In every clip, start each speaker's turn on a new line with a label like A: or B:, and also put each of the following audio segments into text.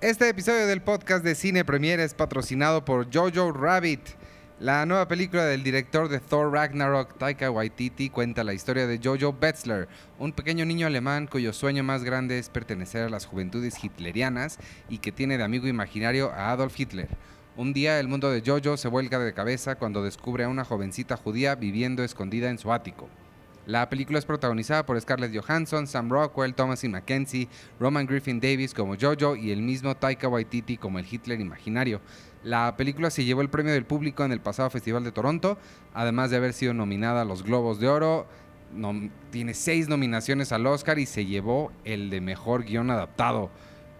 A: Este episodio del podcast de Cine Premier es patrocinado por Jojo Rabbit. La nueva película del director de Thor Ragnarok, Taika Waititi, cuenta la historia de Jojo Betzler, un pequeño niño alemán cuyo sueño más grande es pertenecer a las juventudes hitlerianas y que tiene de amigo imaginario a Adolf Hitler. Un día el mundo de Jojo se vuelca de cabeza cuando descubre a una jovencita judía viviendo escondida en su ático. La película es protagonizada por Scarlett Johansson, Sam Rockwell, Thomas y Mackenzie, Roman Griffin Davis como Jojo y el mismo Taika Waititi como el Hitler imaginario. La película se llevó el premio del público en el pasado Festival de Toronto, además de haber sido nominada a los Globos de Oro. nom- tiene seis nominaciones al Oscar y se llevó el de mejor guión adaptado.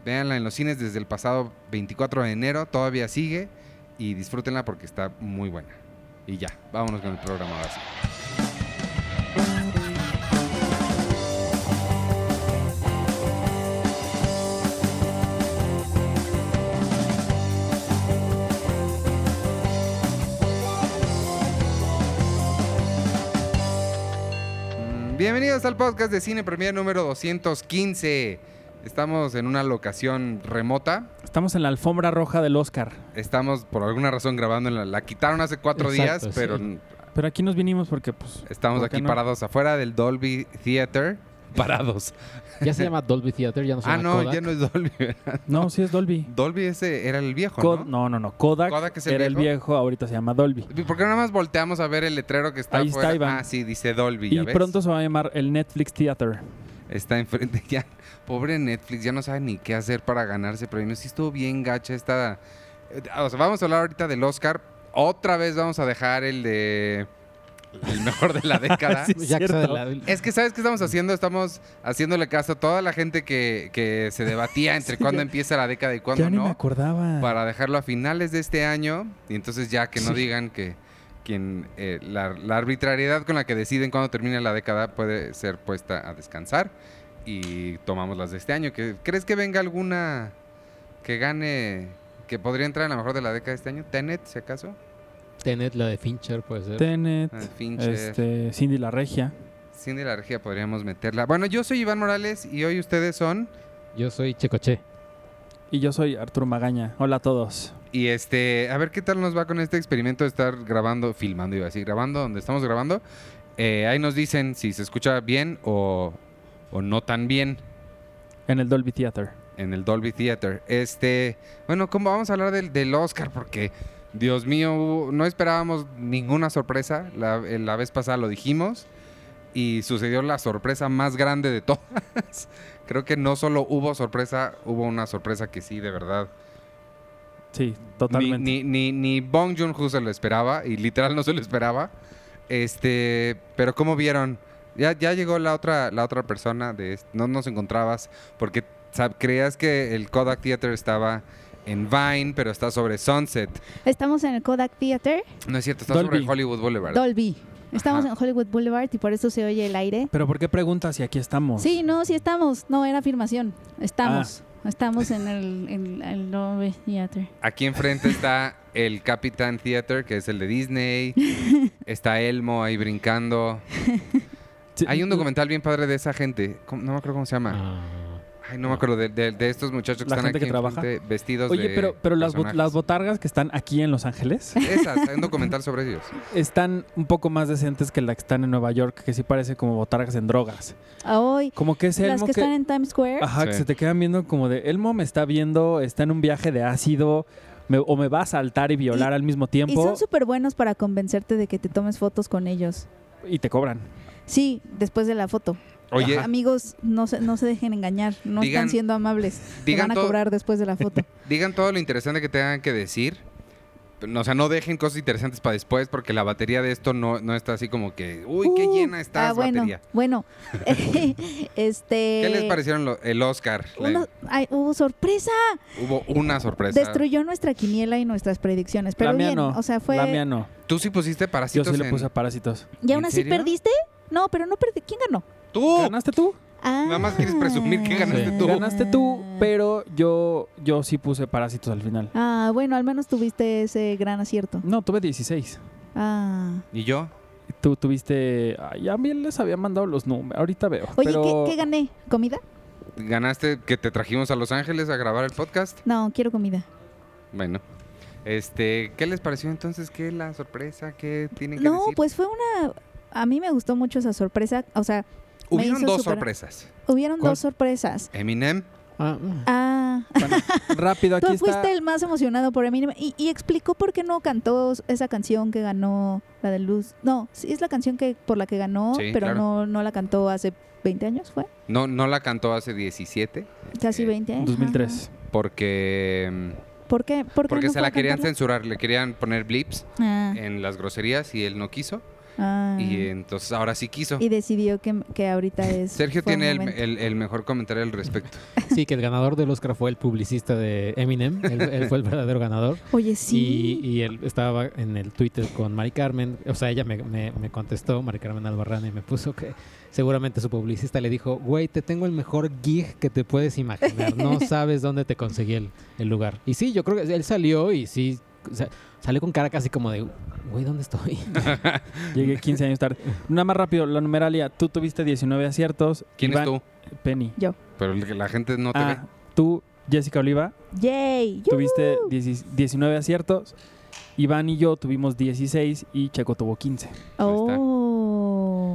A: Véanla en los cines desde el pasado 24 de enero, todavía sigue y disfrútenla porque está muy buena. Y ya, vámonos con el programa ahora sí. Mm, Bienvenidos al podcast de Cine Premier número 215. Estamos en una locación remota.
B: Estamos en la alfombra roja del Oscar.
A: Estamos por alguna razón grabando. en La, la quitaron hace cuatro
C: Exacto,
A: días,
C: sí.
A: pero n-
B: Pero aquí nos vinimos porque, pues.
A: estamos
B: ¿por qué
A: aquí
B: no?
A: parados afuera del Dolby Theater. Parados.
C: Ya se llama Dolby Theater, ya no se
A: Ah,
C: llama
A: no,
C: Kodak.
A: ya no es Dolby. ¿verdad?
B: No, sí es Dolby.
A: Dolby ese era el viejo,
B: Kod-
A: Ah, ¿no?
B: no, no, no. Kodak,
A: Kodak es el
B: era el
A: viejo.
B: viejo, ahorita se llama Dolby.
A: ¿Por qué nada más volteamos a ver el letrero que está
B: Ahí está,
A: afuera?
B: Iván.
A: Ah, sí, dice Dolby, ¿ya
B: Y
A: ves?
B: pronto se va a llamar el Netflix Theater.
A: Está enfrente ya. Pobre Netflix, ya no sabe ni qué hacer para ganarse premios. Sí estuvo bien gacha esta... eh, O sea, vamos a hablar ahorita del Oscar. Otra vez vamos a dejar el de... El mejor de la década.
B: Sí.
C: Ya que se
B: Cierto.
C: la-
A: Es que, ¿sabes qué estamos haciendo? Estamos haciéndole caso a toda la gente que, que se debatía entre
B: Sí,
A: cuándo
B: ya-
A: empieza la década y
B: ya
A: cuándo
B: ni me
A: no.
B: acordaba.
A: Para dejarlo a finales de este año. Y entonces ya que no
B: Ah. Sí.
A: digan que quien eh, la, la arbitrariedad con la que deciden cuándo termina la década puede ser puesta a descansar. Y tomamos las de este año. ¿Que- ¿Crees que venga alguna que gane, que podría entrar en la mejor de la década de este año? ¿Tenet, si acaso?
C: Tenet, la de Fincher, puede ser.
B: Tenet,
A: Ah, Fincher.
B: este, Cindy la Regia.
A: Cindy la Regia podríamos meterla. Bueno, yo soy Iván Morales y hoy ustedes son...
C: Yo soy Checoche.
B: Y yo soy Arturo Magaña. Hola a todos.
A: Y este, a ver qué tal nos va con este experimento de estar grabando, filmando, iba a decir, grabando donde estamos grabando. Eh, ahí nos dicen si se escucha bien o, o no tan bien
B: En el Dolby Theater.
A: en el Dolby Theater. Este, bueno, ¿cómo vamos a hablar del, del Oscar? Porque, Dios mío, hubo- no esperábamos ninguna sorpresa. La, eh, la vez pasada lo dijimos y sucedió la sorpresa más grande de todas. Creo que no solo hubo sorpresa, hubo una sorpresa que sí, de verdad,
B: Sí, totalmente.
A: ni, ni, ni, ni Bong Joon-ho se lo esperaba y literal no se lo esperaba. Este, pero ¿cómo vieron? Ya, ya llegó la otra, la otra persona de est- no nos encontrabas porque sab- creías que el Kodak Theater estaba en Vine, pero está sobre Sunset.
D: Estamos en el Kodak Theater,
A: No es cierto, está
B: Dolby.
A: sobre Hollywood Boulevard.
D: Dolby. Estamos
A: Ajá.
D: en Hollywood Boulevard y por eso se oye el aire.
B: Pero ¿por qué preguntas si aquí estamos?
D: Sí, no, sí estamos. No, era afirmación. Estamos.
A: Ah.
D: Estamos en el, en el Dolby Theater.
A: Aquí enfrente está el Capitán Theater, que es el de Disney. Está Elmo ahí brincando.
B: Sí,
A: Hay un documental bien padre de esa gente. ¿Cómo- No me acuerdo cómo se llama.
C: Ah,
A: Ay, no me acuerdo de, de- de estos muchachos que
B: La
A: están
B: gente
A: aquí
B: que trabaja.
A: enfrente vestidos
B: Oye,
A: de
B: pero, pero las, bo-
A: personajes.
B: las botargas que están aquí en Los Ángeles
A: Esas, hay un documental sobre ellos.
B: están un poco más decentes que las que están en Nueva York, que sí parece como botargas en drogas.
D: Ah, Hoy,
B: Como que es
D: las
B: Elmo
D: que,
B: que,
D: están en Times Square.
B: ajá, que
A: Sí.
B: se te quedan viendo como de Elmo me está viendo, está en un viaje de ácido, me- o me va a saltar y violar al mismo
D: Y
B: tiempo
D: son súper buenos para convencerte de que te tomes fotos con ellos.
B: y te cobran.
D: Sí, después de la foto.
A: Oye,
D: Amigos, no se, no se dejen engañar. No
A: Digan-
D: están siendo amables. Te
A: digan,
D: van a
A: todo-
D: cobrar después de la foto.
A: digan todo lo interesante que tengan que decir. O sea, no dejen cosas interesantes para después porque la batería de esto no, no está así como que, uy, qué
D: Uh,
A: llena está
D: ah,
A: la
D: bueno,
A: batería.
D: Bueno, este...
A: ¿Qué les parecieron lo- el Oscar? La-
D: Uno- ay, hubo sorpresa.
A: hubo una sorpresa.
D: Destruyó nuestra quiniela y nuestras predicciones. Pero
B: la mía
D: bien,
B: no.
D: o sea, fue.
B: La mía no.
A: Tú sí pusiste
B: Yo
A: parásitos
B: sí le
A: en-
B: puse a parásitos.
D: ¿Y
A: ¿En
D: aún así
A: serio?
D: perdiste? No, pero no perdí. ¿Quién ganó?
A: ¡Tú!
B: ¿Ganaste tú?
D: Ah.
A: Nada más quieres presumir que ganaste
C: Sí.
A: tú.
B: Ganaste tú, pero yo, yo sí puse parásitos al final.
D: Ah, bueno, al menos tuviste ese gran acierto.
B: No, tuve 16.
D: Ah.
A: ¿Y yo?
B: Tú tuviste... Ay, ya bien les había mandado los números. Ahorita veo.
D: Oye,
B: pero...
D: ¿qué, qué gané? ¿Comida?
A: ganaste que te trajimos a Los Ángeles a grabar el podcast.
D: No, quiero comida.
A: Bueno. Este, ¿qué les pareció entonces? ¿Qué la sorpresa? ¿Qué tienen que
D: No,
A: decir?
D: pues fue una... A mí me gustó mucho esa sorpresa. O sea, me
A: Hubieron
D: hizo
A: dos
D: superar-
A: sorpresas.
D: hubieron
C: ¿Cuál?
D: dos sorpresas.
A: Eminem,
C: Ah, mm.
D: Ah,
B: Bueno, rápido, aquí
D: tú
B: está.
D: fuiste el más emocionado por Eminem. Y, y explicó por qué no cantó esa canción que ganó la de Luz. No, sí, es la canción que por la que ganó,
A: Sí,
D: pero
A: claro.
D: no, no la cantó hace 20 años, ¿fue?
A: no, no la cantó hace 17
D: Casi
A: Eh,
D: 20 años.
B: 2003.
A: porque, mm,
D: Ajá. ¿Por qué? ¿Por qué
A: porque
D: no
A: se
D: fue a
A: la querían
D: cantarla?
A: censurar, le querían poner blips
D: Ah,
A: en las groserías y él no quiso.
D: ah.
A: Y entonces ahora sí quiso.
D: Y decidió que, que ahorita es...
A: Sergio
D: fue
A: tiene el,
D: momento.
A: el- el mejor comentario al respecto.
C: Sí, que el ganador del Oscar fue el publicista de Eminem. Él, él fue el verdadero ganador.
D: Oye, sí.
C: Y, y él estaba en el Twitter con Mari Carmen. O sea, ella me, me- me contestó, Mari Carmen Albarrán, y me puso que seguramente su publicista le dijo: Güey, te tengo el mejor gig que te puedes imaginar. No sabes dónde te conseguí el, el lugar. Y sí, yo creo que él salió y sí. o sea, salió con cara casi como de, güey, ¿dónde estoy?
B: Llegué 15 años tarde. Nada más rápido, la numeralia. Tú tuviste 19 aciertos.
A: ¿Quién
B: Iván-
A: es tú?
B: Penny.
A: Pero la gente no te
B: Ah, tú, Jessica Oliva,
D: Yay. yuhu.
B: tuviste 10 19 aciertos. Iván y yo tuvimos 16 y Checo tuvo 15.
D: Oh.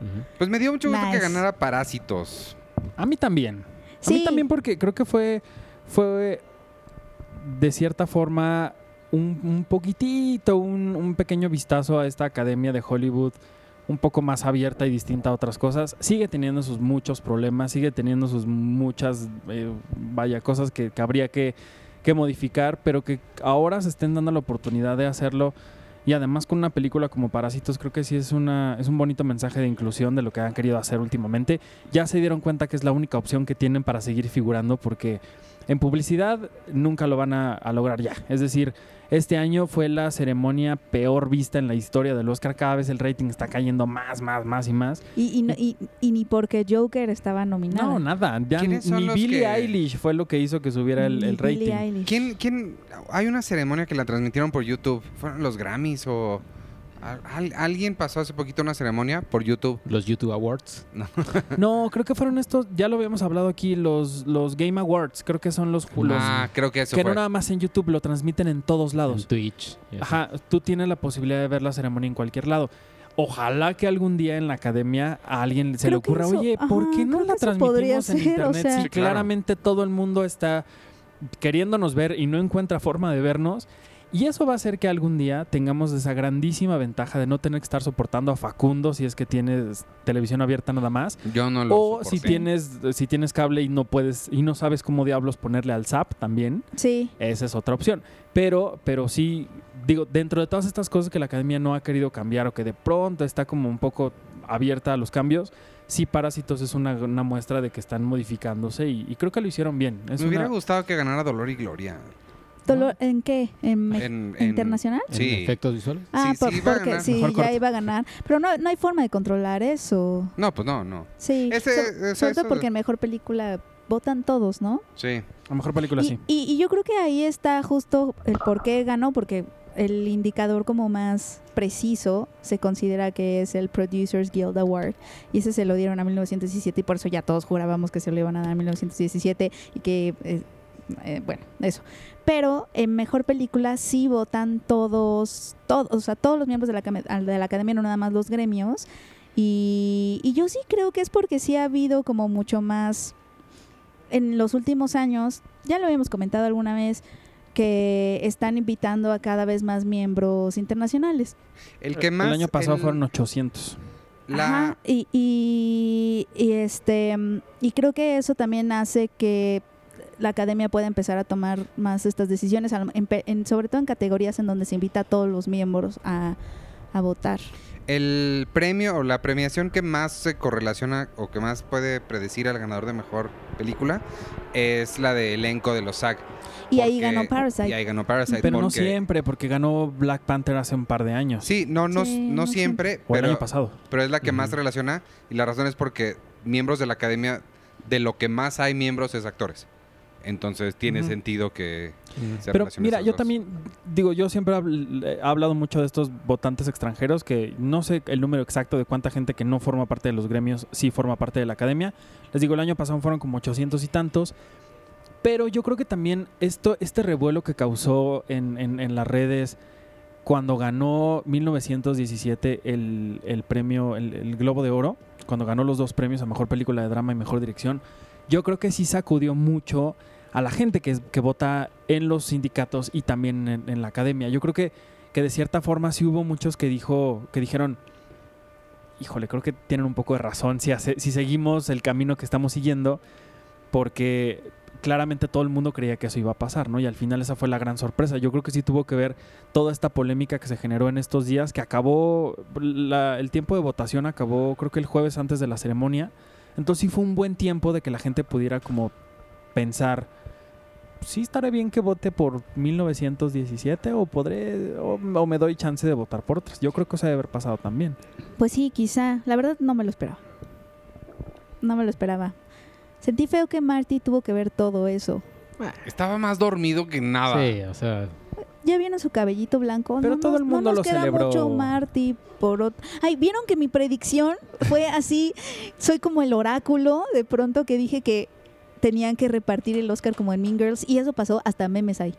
C: Ujú.
A: ve. Pues me dio mucho gusto que
D: Nice.
A: ganara Parásitos.
B: A mí también. A
D: Sí.
B: mí también porque creo que fue, fue de cierta forma un, un poquitito, un, un pequeño vistazo a esta academia de Hollywood un poco más abierta y distinta a otras cosas. Sigue teniendo sus muchos problemas, sigue teniendo sus muchas, eh, vaya, cosas que, que habría que, que modificar, pero que ahora se estén dando la oportunidad de hacerlo. Y además con una película como Parásitos, creo que sí es, una, es un bonito mensaje de inclusión de lo que han querido hacer últimamente ya se dieron cuenta que es la única opción que tienen para seguir figurando porque en publicidad nunca lo van a, a lograr ya. Es decir, este año fue la ceremonia peor vista en la historia del Oscar. Cada vez el rating está cayendo más, más, más y más.
D: Y, y, no- y- y ni porque Joker estaba nominado.
B: No, nada. Ya
A: ¿Quiénes son
B: ni
A: los
B: Billie
A: que-
B: Eilish fue lo que hizo que subiera el, el rating.
A: ¿Quién, quién? Hay una ceremonia que la transmitieron por YouTube. ¿Fueron los Grammys o...? al- al- alguien pasó hace poquito una ceremonia por YouTube.
C: Los YouTube Awards.
B: No, creo que fueron estos, ya lo habíamos hablado aquí, los, los Game Awards. Creo que son los... los
A: ah, creo que eso
B: que
A: fue.
B: no nada más en YouTube, lo transmiten en todos lados.
C: En Twitch. y así.
B: Ajá, tú tienes la posibilidad de ver la ceremonia en cualquier lado. Ojalá que algún día en la academia a alguien se le
D: Creo que
B: ocurra,
D: eso-
B: oye, ¿por
D: ajá,
B: qué no
D: creo
B: la
D: que eso podría
B: transmitimos en
D: ser, o
B: internet?
D: sea-
B: Si
A: Sí, claro.
B: claramente todo el mundo está queriéndonos ver y no encuentra forma de vernos. Y eso va a hacer que algún día tengamos esa grandísima ventaja de no tener que estar soportando a Facundo si es que tienes televisión abierta nada más
A: Yo no lo
B: o si
A: soporté.
B: tienes si tienes cable y no puedes y no sabes cómo diablos ponerle al zap también.
D: Sí.
B: Esa es otra opción. Pero, pero sí, digo, dentro de todas estas cosas que la academia no ha querido cambiar o que de pronto está como un poco abierta a los cambios, sí, Parásitos es una, una muestra de que están modificándose y, y creo que lo hicieron bien. Es
A: Me hubiera
B: una-
A: gustado que ganara Dolor y Gloria.
D: Dolor- ¿En qué? ¿En, Mex-
A: En- en-
D: internacional?
C: En
A: Sí.
C: efectos visuales.
D: Ah,
A: sí, iba a
D: porque
A: ganar.
D: sí,
B: Mejor
D: ya
B: corto.
D: iba a ganar. Pero no, no hay forma de controlar eso.
A: No, pues no, no.
D: Sí.
A: Ese-
D: So-
A: ese-
D: sobre todo
A: eso-
D: porque en mejor película votan todos, ¿no?
A: Sí.
B: la mejor película,
D: Y,
B: sí.
D: y- y yo creo que ahí está justo el por qué ganó, porque el indicador como más preciso se considera que es el Producers Guild Award. Y ese se lo dieron a 1917 y por eso ya todos jurábamos que se lo iban a dar a 1917 y que, eh, eh, bueno, eso. Pero en Mejor Película sí votan todos, todos, o sea, todos los miembros de la, acame- al- de la academia, no nada más los gremios. Y, y yo sí creo que es porque sí ha habido como mucho más en los últimos años, ya lo habíamos comentado alguna vez, que están invitando a cada vez más miembros internacionales.
A: El que más...
B: año pasado
A: el-
B: fueron 800.
A: La,
D: Ajá, y, y, y, este mm, y creo que eso también hace que la academia pueda empezar a tomar más estas decisiones, a lo- en pe- en- sobre todo en categorías en donde se invita a todos los miembros a, a votar.
A: El premio o la premiación que más se correlaciona o que más puede predecir al ganador de mejor película es la de elenco de los SAG.
D: Y ahí
A: porque-
D: ganó Parasite.
A: Y ahí ganó Parasite.
B: Pero no
A: porque-
B: siempre, porque ganó Black Panther hace un par de años.
A: Sí, no, no,
D: Sí,
A: no
D: no
A: siempre,
B: o el
A: pero,
B: año pasado.
A: pero es la que más
C: Ujú.
A: relaciona y la razón es porque miembros de la academia, de lo que más hay miembros es actores. Entonces tiene
B: Ujú.
A: sentido que
C: Mm.
A: se
B: Pero
A: relacionen
B: mira,
A: esas
B: yo
A: dos.
B: también, digo, yo siempre habl- eh, he hablado mucho de estos votantes extranjeros que no sé el número exacto de cuánta gente que no forma parte de los gremios sí forma parte de la academia. Les digo, el año pasado fueron como 800 y tantos. Pero yo creo que también esto, este revuelo que causó en, en- en las redes cuando ganó 1917 el, el premio, el, el Globo de Oro, cuando ganó los dos premios a Mejor Película de Drama y Mejor Dirección, yo creo que sí sacudió mucho a la gente que, es- que vota en los sindicatos y también en, en la academia. Yo creo que, que de cierta forma sí hubo muchos que, dijo, que dijeron, híjole, creo que tienen un poco de razón si, hace- si seguimos el camino que estamos siguiendo, porque claramente todo el mundo creía que eso iba a pasar, ¿no? Y al final esa fue la gran sorpresa. Yo creo que sí tuvo que ver toda esta polémica que se generó en estos días, que acabó, la- el tiempo de votación acabó creo que el jueves antes de la ceremonia. Entonces sí fue un buen tiempo de que la gente pudiera como pensar, sí estaré bien que vote por 1917 o podré, o, o me doy chance de votar por otras. Yo creo que eso debe haber pasado también.
D: Pues sí, quizá. La verdad no me lo esperaba. No me lo esperaba. Sentí feo que Marty tuvo que ver todo eso.
A: Estaba más dormido que
D: Ah,
A: nada.
C: Sí, o sea,
D: Ya vieron su cabellito blanco.
B: Pero
D: No
B: todo
D: nos-
B: el mundo
D: no nos
B: lo
D: queda
B: celebró.
D: mucho Marty por ot- Ay, vieron que mi predicción fue así. Soy como el oráculo de pronto que dije que tenían que repartir el Oscar como en Mean Girls y eso pasó hasta memes hay.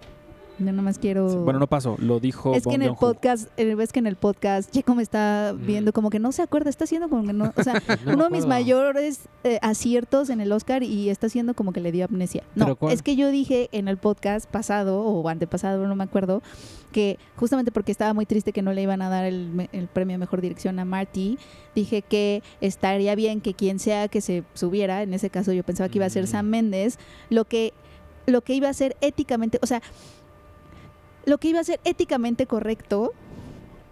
D: Yo nomás quiero.
B: Bueno, no pasó, lo dijo
D: Es que en
B: Bong
D: el
B: Joon-ho.
D: podcast, eh, ves que en el podcast, Checo me está
B: Mm.
D: viendo como que no se acuerda, está haciendo como que no, o sea,
C: no me
D: uno de mis
C: acuerdo.
D: mayores eh, aciertos en el Oscar y está haciendo como que le dio amnesia. No,
C: ¿Pero cuál?
D: es que yo dije en el podcast pasado o antepasado, no me acuerdo, que justamente porque estaba muy triste que no le iban a dar el, me- el premio a mejor dirección a Marty, dije que estaría bien que quien sea que se subiera, en ese caso yo pensaba que iba a ser
C: Mm.
D: Sam Méndez, lo que, lo que iba a ser éticamente, o sea, lo que iba a ser éticamente correcto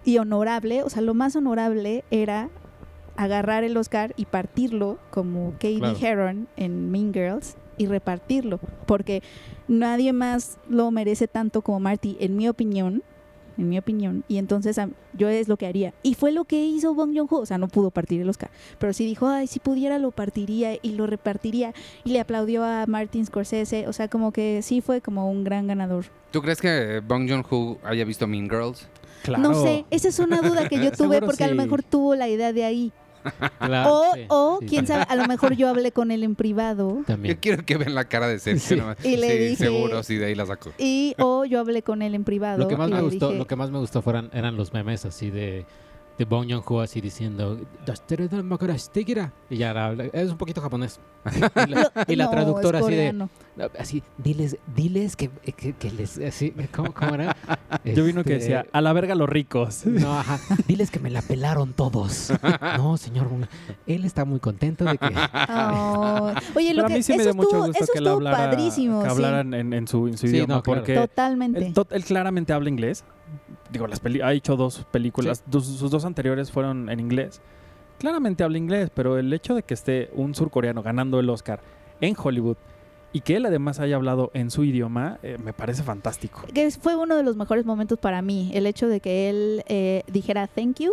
D: y honorable, o sea, lo más honorable era agarrar el Oscar y partirlo como Katie
C: Claro.
D: Heron en Mean Girls y repartirlo, porque nadie más lo merece tanto como Marty, en mi opinión, en mi opinión, y entonces am, yo es lo que haría. Y fue lo que hizo Bong Joon-ho, o sea, no pudo partir el Oscar, pero sí dijo, ay, si pudiera lo partiría y lo repartiría, y le aplaudió a Martin Scorsese, o sea, como que sí fue como un gran ganador.
A: ¿Tú crees que Bong Joon-ho haya visto Mean Girls?
C: claro.
D: No sé, esa es una duda que yo tuve
B: Seguro
D: porque a lo
B: sí. Ah,
D: mejor tuvo la idea de ahí.
C: Claro,
D: O,
C: sí,
D: o
C: sí.
D: quién sabe, a lo mejor yo hablé con él en privado
A: Yo
C: También.
A: quiero que vean la cara de Sergio.
C: Sí.
A: nomás.
D: Y le
A: sí,
D: dije-
A: seguro, sí, de ahí la sacó.
D: y o yo hablé con él en privado.
C: Lo que más
D: y
C: me
D: le
C: gustó,
D: dije,
C: lo que más me gustó fueran, eran los memes así de, de Bong Joon-ho así diciendo "Dastere del makarashtikira". y ya la- es un poquito japonés. Y la, y la
D: "No,
C: traductora
D: es
C: así de
D: coreano".
C: así diles diles que, que, que les así ¿cómo, cómo era?
B: Yo vino que
C: Este,
B: decía, a la verga los ricos.
C: No, ajá. Diles que me la pelaron todos. No, señor. Bong- Él está muy contento de que
D: Oh. Oye, lo
B: Pero a
D: que
B: mí sí me
D: eso
B: dio mucho
D: estuvo-
B: gusto
D: eso
B: que él
D: estuvo
B: hablara,
D: padrísimo,
B: que
D: sí.
B: hablaran en, en su, en su
C: Sí,
B: idioma,
C: no, claro.
B: porque
D: Totalmente.
B: él, to- él claramente habla inglés. Digo, las peli- ha hecho dos películas, dos- sus dos anteriores fueron en inglés. Claramente habla inglés, pero el hecho de que esté un surcoreano ganando el Oscar en Hollywood y que él además haya hablado en su idioma, eh, me parece fantástico.
D: que fue uno de los mejores momentos para mí, el hecho de que él eh, dijera thank you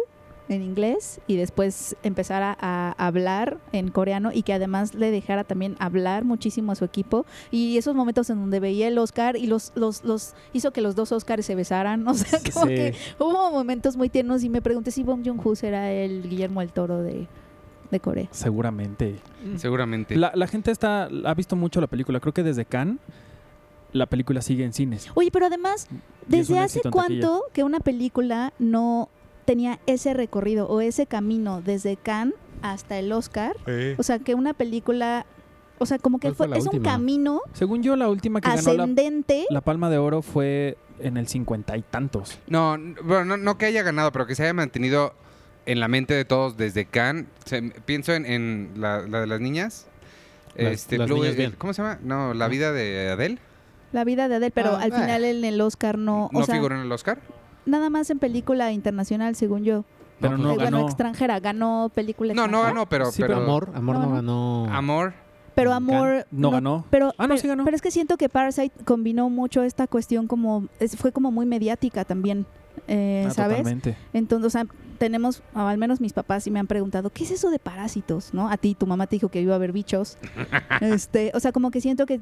D: en inglés y después empezara a hablar en coreano y que además le dejara también hablar muchísimo a su equipo y esos momentos en donde veía el Oscar y los los los hizo que los dos Oscars se besaran, o sea, como
B: Sí.
D: que hubo momentos muy tiernos y me pregunté si Bong Joon-ho será el Guillermo del Toro de, de Corea.
B: Seguramente.
A: Seguramente.
B: La, la gente está ha visto mucho la película. Creo que desde Cannes la película sigue en cines.
D: Oye, pero además,
B: Y es un
D: ¿desde hace
B: éxito en
D: cuánto que una película no tenía ese recorrido o ese camino desde Cannes hasta el Oscar? O sea, que una película, o sea, como que
C: ¿Cuál fue
D: fue,
C: la
D: es un
C: última?
D: camino
B: Según yo, la última que ganó la,
D: ascendente.
B: la Palma de Oro fue en el cincuenta y tantos.
A: No, n- bueno, no, no que haya ganado, pero que se haya mantenido en la mente de todos desde Cannes. Se- pienso en, en la, la de las niñas.
C: Las- las niñas
A: eh,
C: bien.
A: ¿Cómo se llama? No, La vida de Adele.
D: La vida de Adele, pero
A: Ah,
D: al
A: eh.
D: final en el Oscar no,
A: No,
D: o sea,
A: figuró en el Oscar.
D: nada más en película internacional, según yo.
B: Pero
C: No,
B: no,
D: Eh, bueno,
B: ganó.
D: extranjera, ganó película
A: No, no
D: extranjera,
A: ganó, pero.
B: Sí,
A: pero
B: pero
C: amor, amor no,
D: No,
C: ganó.
A: Amor.
D: pero
C: Can-
D: amor
B: no ganó.
D: Pero,
B: Ah, no,
D: pero,
B: sí ganó.
D: pero es que siento que Parasite combinó mucho esta cuestión como es- fue como muy mediática también, eh,
B: Ah,
D: ¿sabes?
B: Totalmente.
D: Entonces, o sea, tenemos, o al menos mis papás sí me han preguntado, ¿qué es eso de parásitos? ¿No? A ti, tu mamá te dijo que iba a haber bichos. este, o sea, como que siento que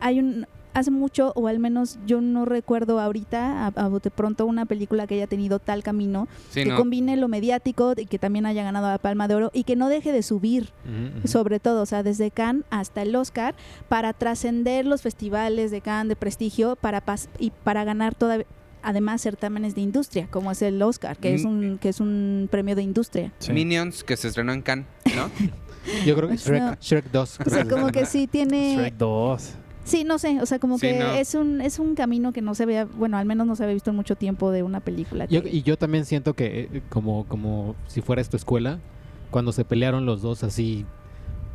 D: hay un hace mucho, o al menos yo no recuerdo ahorita, a, a bote pronto, una película que haya tenido tal camino,
A: Sí,
D: que
A: no.
D: combine lo mediático y que también haya ganado la Palma de Oro y que no deje de subir,
C: Ujú, ujú.
D: sobre todo, o sea, desde Cannes hasta el Oscar, para trascender los festivales de Cannes de prestigio para pas- y para ganar toda, además certámenes de industria, como es el Oscar, que, es,
A: Mm.
D: un, que es un premio de industria.
B: Sí.
A: Minions, que se estrenó en Cannes, ¿no?
C: Yo creo que
D: Pues no.
C: Shrek, Shrek 2.
D: O sea, como que sí tiene...
B: Shrek 2.
D: Sí, no sé, o sea, como
A: Sí,
D: que
A: no.
D: es un es un camino que no se vea, bueno, al menos no se había visto en mucho tiempo de una película.
C: Yo-
D: que-
C: y yo también siento que eh, como, como si fuera tu escuela, cuando se pelearon los dos así,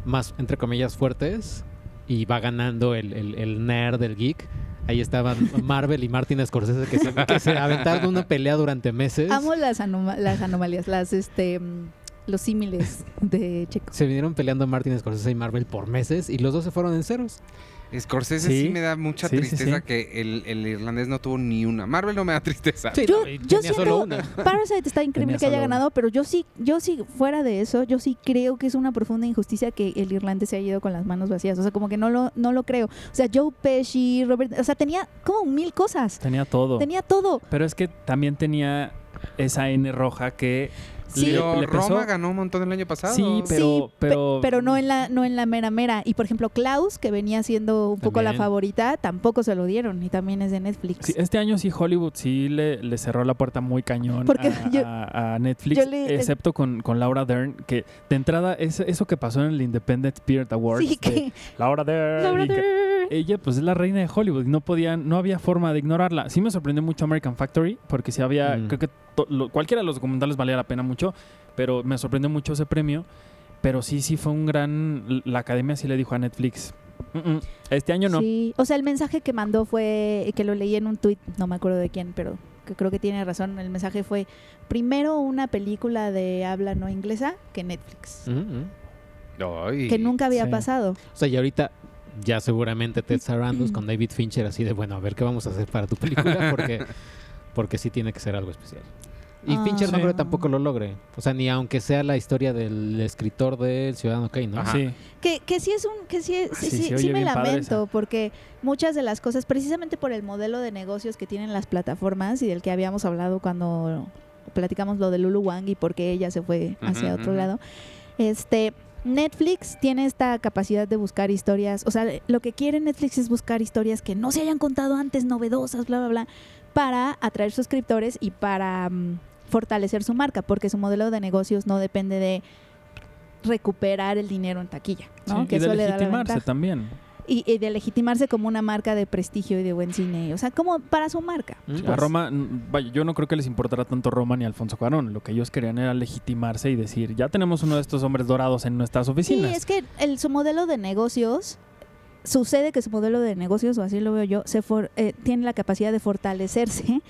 C: más entre comillas fuertes, y va ganando el, el, el nerd, el geek, ahí estaban Marvel y Martin Scorsese que se, que se aventaron una pelea durante meses.
D: Amo las, anoma- las anomalías, las este mm, los símiles de Checo.
C: Se vinieron peleando Martin Scorsese y Marvel por meses y los dos se fueron en ceros.
A: Scorsese sí,
B: Sí.
A: me da mucha
B: Sí, sí,
A: tristeza
B: sí.
A: que el, el irlandés no tuvo ni una. Marvel no me da tristeza.
C: Sí,
D: Yo-
C: no, y
D: yo
C: tenía
D: siento-
C: solo una.
D: Parasite está increíble
B: Tenía
D: que haya
B: solo una.
D: ganado, pero yo sí, yo sí, fuera de eso, yo sí creo que es una profunda injusticia que el irlandés se haya ido con las manos vacías. O sea, como que no lo, no lo creo. O sea, Joe Pesci, Robert, o sea, tenía como mil cosas.
B: Tenía todo.
D: Tenía todo.
B: Pero es que también tenía esa N roja que
D: Sí.
B: le-
A: Pero
B: le
A: Roma
B: pesó.
A: ganó un montón el año pasado.
B: Sí, pero-
D: sí, pe-
B: pero-
D: pero no en la no en la mera mera y por ejemplo Klaus que venía siendo un poco la
C: También.
D: favorita tampoco se lo dieron y también es de Netflix.
B: Sí, este año sí Hollywood sí le, le cerró la puerta muy cañón
D: Porque
B: a,
D: yo-
B: a- a Netflix,
D: yo le-
B: excepto con, con Laura Dern, que de entrada es eso que pasó en el Independent Spirit Awards.
D: Sí,
B: de
D: que-
B: Laura Dern.
D: La
B: y que-
D: verdad, eh,
B: ella pues es la reina de Hollywood, y no podían, no había forma de ignorarla. Sí me sorprendió mucho American Factory, porque sí había,
C: Mm.
B: creo que to- lo- cualquiera de los documentales valía la pena mucho, pero me sorprendió mucho ese premio. Pero sí, sí fue un gran, la academia sí le dijo a Netflix, "Mm, mm, este año no.
D: Sí, o sea, el mensaje que mandó fue, que lo leí en un tuit, no me acuerdo de quién, pero que creo que tiene razón, el mensaje fue, primero una película de habla no inglesa que Netflix,
C: Ujú, ujú.
A: Ay.
D: que nunca había
B: Mm, Sí.
D: pasado.
C: O sea, y ahorita ya seguramente Ted Sarandos con David Fincher así de, bueno, a ver qué vamos a hacer para tu película porque, porque sí tiene que ser algo especial. Y
D: Ah.
C: Fincher no
B: Sí.
C: creo que tampoco lo logre. O sea, ni aunque sea la historia del escritor del Ciudadano Kane, ¿no?
A: Ajá.
B: Sí.
D: Que, que sí es un, que sí, sí,
B: Ah, sí,
D: sí,
B: se
D: sí
B: oye
D: me
B: bien padre
D: lamento,
B: esa.
D: porque muchas de las cosas, precisamente por el modelo de negocios que tienen las plataformas y del que habíamos hablado cuando platicamos lo de Lulu Wang y por qué ella se fue hacia
A: Ujú,
D: otro
A: ujú.
D: lado, este... Netflix tiene esta capacidad de buscar historias, o sea, lo que quiere Netflix es buscar historias que no se hayan contado antes, novedosas, bla, bla, bla, para atraer suscriptores y para mm, fortalecer su marca, porque su modelo de negocios no depende de recuperar el dinero en taquilla, ¿no?
B: Sí,
D: que
B: y de
D: eso le da la
B: legitimarse
D: ventaja.
B: también.
D: Y, y de legitimarse como una marca de prestigio y de buen cine, o sea, como para su marca.
C: Mm,
B: A
C: pues,
B: Roma, mm, vaya, yo no creo que les importara tanto Roma ni Alfonso Cuarón. Lo que ellos querían era legitimarse y decir, ya tenemos uno de estos hombres dorados en nuestras
D: Sí,
B: oficinas.
D: es que el, su modelo de negocios, sucede que su modelo de negocios, o así lo veo yo, se for- eh, tiene la capacidad de fortalecerse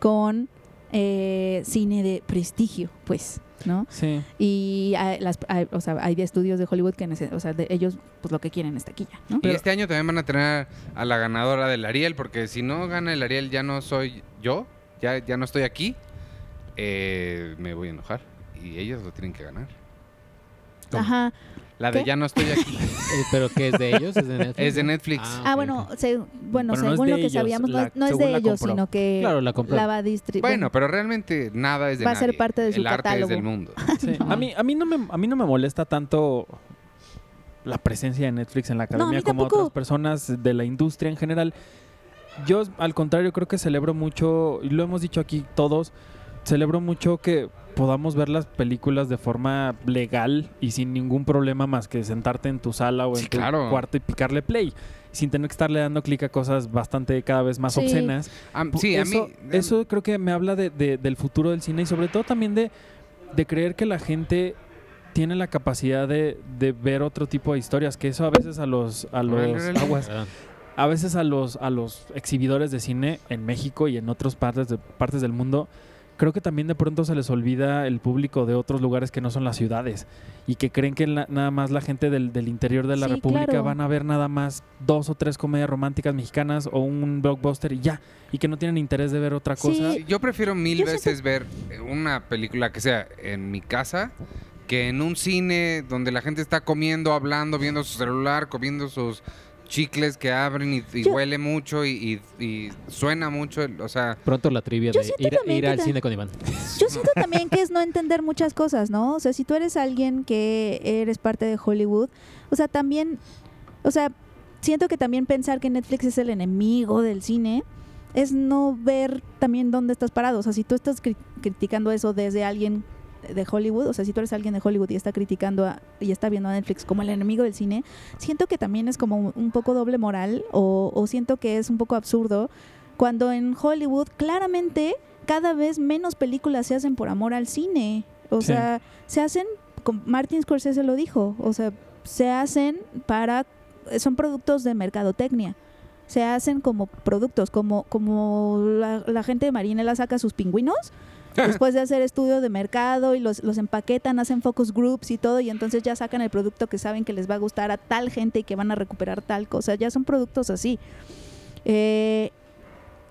D: con eh, cine de prestigio, pues, ¿no?
B: Sí.
D: Y hay, las, hay- o sea, hay de estudios de Hollywood que nece- o sea, de- ellos pues lo que quieren es taquilla, ¿no?
A: Y este año también van a tener a la ganadora del Ariel, porque si no gana el Ariel ya no soy yo, ya, ya no estoy aquí, eh, me voy a enojar. Y ellos lo tienen que ganar.
D: Ajá.
A: La de
D: ¿Qué?
A: ya no estoy aquí
C: eh, ¿Pero que es de ellos? ¿Es de Netflix?
A: es de Netflix.
C: Ah,
D: Ah,
C: ok,
D: bueno,
C: ok.
D: se- bueno,
B: Bueno, no es
D: según
B: de
D: lo que
B: ellos,
D: sabíamos, no,
B: la-
D: es- no es
B: según
D: de
B: la
D: ellos,
B: compró.
D: sino que
C: Claro, la compró.
D: la va a distribuir.
A: Bueno, pero realmente nada es de
D: Va a ser
A: nadie.
D: parte de su
A: El arte es
D: catálogo.
A: del mundo.
B: Sí. A, mí, a, mí no me, a mí no me molesta tanto la presencia de Netflix en la
D: No, a mí
B: academia como
D: tampoco.
B: otras personas de la industria en general. Yo, al contrario, creo que celebro mucho, y lo hemos dicho aquí todos, celebro mucho que podamos ver las películas de forma legal y sin ningún problema más que sentarte en tu sala o en
A: Sí,
B: tu
A: claro.
B: cuarto y picarle play, sin tener que estarle dando clic a cosas bastante cada vez más
D: Sí.
B: obscenas.
A: Ah, sí, a
B: eso,
A: mí...
B: eso creo que me habla de- de- del futuro del cine y sobre todo también de, de creer que la gente tiene la capacidad de, de ver otro tipo de historias, que eso a veces a los, a
A: Órale,
B: los
A: órale.
B: aguas,
C: Perdón.
B: a veces a los, a los exhibidores de cine en México y en otras partes, de, partes del mundo creo que también de pronto se les olvida el público de otros lugares que no son las ciudades y que creen que la- nada más la gente del, del interior de la
D: Sí,
B: República
D: claro.
B: van a ver nada más dos o tres comedias románticas mexicanas o un blockbuster y ya, y que no tienen interés de ver otra
D: Sí.
B: cosa.
D: Sí.
A: Yo prefiero mil
D: Yo siento-
A: veces ver eh, una película que sea en mi casa que en un cine donde la gente está comiendo, hablando, viendo su celular, comiendo sus chicles que abren y, y
D: Yo-
A: huele mucho y, y- y suena mucho. el- O sea,
C: Pronto la trivia
D: Yo
C: de
D: siento
C: ir,
D: también
C: ir
D: que
C: al
D: ta-
C: cine con Iván.
D: Yo siento también que es no entender muchas cosas, ¿no? O sea, si tú eres alguien que eres parte de Hollywood, o sea, también, o sea, siento que también pensar que Netflix es el enemigo del cine es no ver también dónde estás parado. O sea, si tú estás cri- criticando eso desde alguien de Hollywood, o sea, si tú eres alguien de Hollywood y está criticando a- y está viendo a Netflix como el enemigo del cine, siento que también es como un- un poco doble moral o, o siento que es un poco absurdo cuando en Hollywood claramente cada vez menos películas se hacen por amor al cine. O
B: Sí.
D: sea, se hacen, con- Martin Scorsese lo dijo, o sea, se hacen para, son productos de mercadotecnia. Se hacen como productos, como, como la, la gente de Marinela saca sus pingüinos después de hacer estudio de mercado y los, los empaquetan, hacen focus groups y todo, y entonces ya sacan el producto que saben que les va a gustar a tal gente y que van a recuperar tal cosa. Ya son productos así. Eh,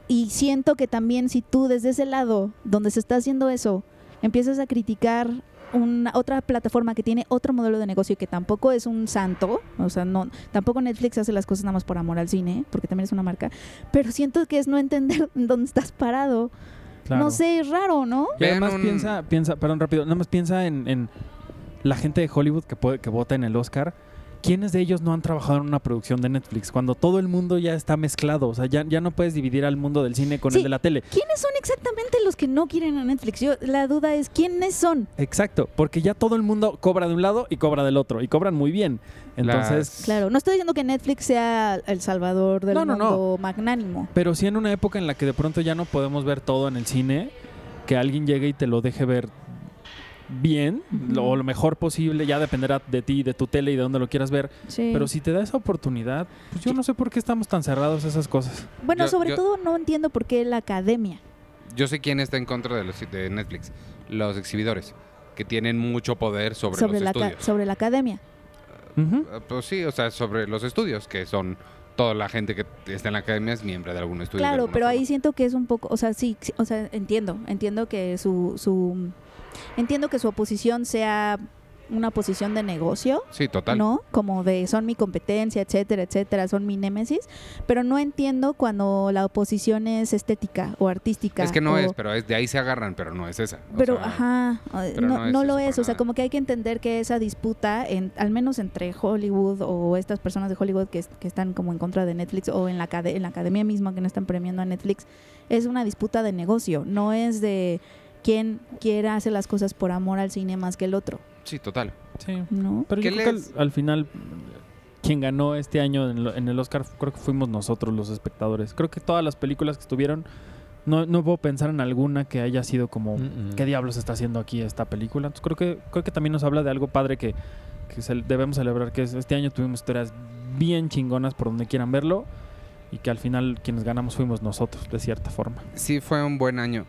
D: y siento que también si tú desde ese lado donde se está haciendo eso, empiezas a criticar una otra plataforma que tiene otro modelo de negocio y que tampoco es un santo, o sea, no tampoco Netflix hace las cosas nada más por amor al cine, porque también es una marca, pero siento que es no entender dónde estás parado.
B: Claro.
D: No sé, es raro, ¿no?
B: Y
A: Vean
B: además
A: un-
B: piensa, piensa, perdón, rápido, nada más piensa en, en la gente de Hollywood que, puede, que vota en el Oscar. ¿Quiénes de ellos no han trabajado en una producción de Netflix? Cuando todo el mundo ya está mezclado, o sea, ya, ya no puedes dividir al mundo del cine con
D: Sí.
B: el de la tele.
D: ¿Quiénes son exactamente los que no quieren a Netflix? Yo, la duda es quiénes son.
B: Exacto, porque ya todo el mundo cobra de un lado y cobra del otro, y cobran muy bien. Entonces,
A: las-
D: Claro, no estoy diciendo que Netflix sea el salvador del
B: No, no, no.
D: mundo magnánimo.
B: pero sí en una época en la que de pronto ya no podemos ver todo en el cine, que alguien llegue y te lo deje ver bien, lo, lo mejor posible, ya dependerá de ti, de tu tele y de dónde lo quieras ver,
D: Sí.
B: Pero si te da esa oportunidad, pues yo no sé por qué estamos tan cerrados a esas cosas.
D: Bueno,
A: Yo-
D: sobre
A: yo-
D: todo no entiendo por qué la academia.
A: yo sé quién está en contra de, los, de Netflix. Los exhibidores, que tienen mucho poder sobre,
D: sobre,
A: los
D: la, ca-
A: estudios.
D: sobre la academia.
A: Eh, Pues sí, o sea, sobre los estudios, que son toda la gente que está en la academia es miembro de algún estudio. de
D: Claro,
A: alguna
D: pero ahí
A: forma.
D: siento que es un poco, o sea, sí, sí, o sea, entiendo, entiendo que su, su entiendo que su oposición sea una posición de negocio,
A: Sí, total.
D: ¿no? Como de son mi competencia, etcétera, etcétera, son mi némesis, pero no entiendo cuando la oposición es estética o artística.
A: Es que no
D: o-
A: es, pero es de ahí se agarran, pero no es esa. O
D: Pero,
A: sea,
D: ajá, eh,
A: pero
D: no,
A: no es
D: no
A: eso
D: lo
A: para
D: es. O sea,
A: nada.
D: como que hay que entender que esa disputa, en, al menos entre Hollywood o estas personas de Hollywood que, es- que están como en contra de Netflix o en la, acade- en la academia misma que no están premiando a Netflix, es una disputa de negocio. No es de quién quiera hacer las cosas por amor al cine más que el otro,
A: Sí, total.
B: Sí.
D: ¿no?
B: Pero
A: ¿Qué
B: yo creo que al,
A: les-
B: al final, quien ganó este año en, lo- en el Oscar, creo que fuimos nosotros los espectadores. Creo que todas las películas que estuvieron, no, no puedo pensar en alguna que haya sido como,
C: Mm, mm.
B: ¿qué diablos está haciendo aquí esta película? Entonces, creo que, creo que también nos habla de algo padre que, que cel- debemos celebrar, que es, este año tuvimos historias bien chingonas por donde quieran verlo. Y que al final quienes ganamos fuimos nosotros, de cierta forma.
A: Sí, fue un buen año.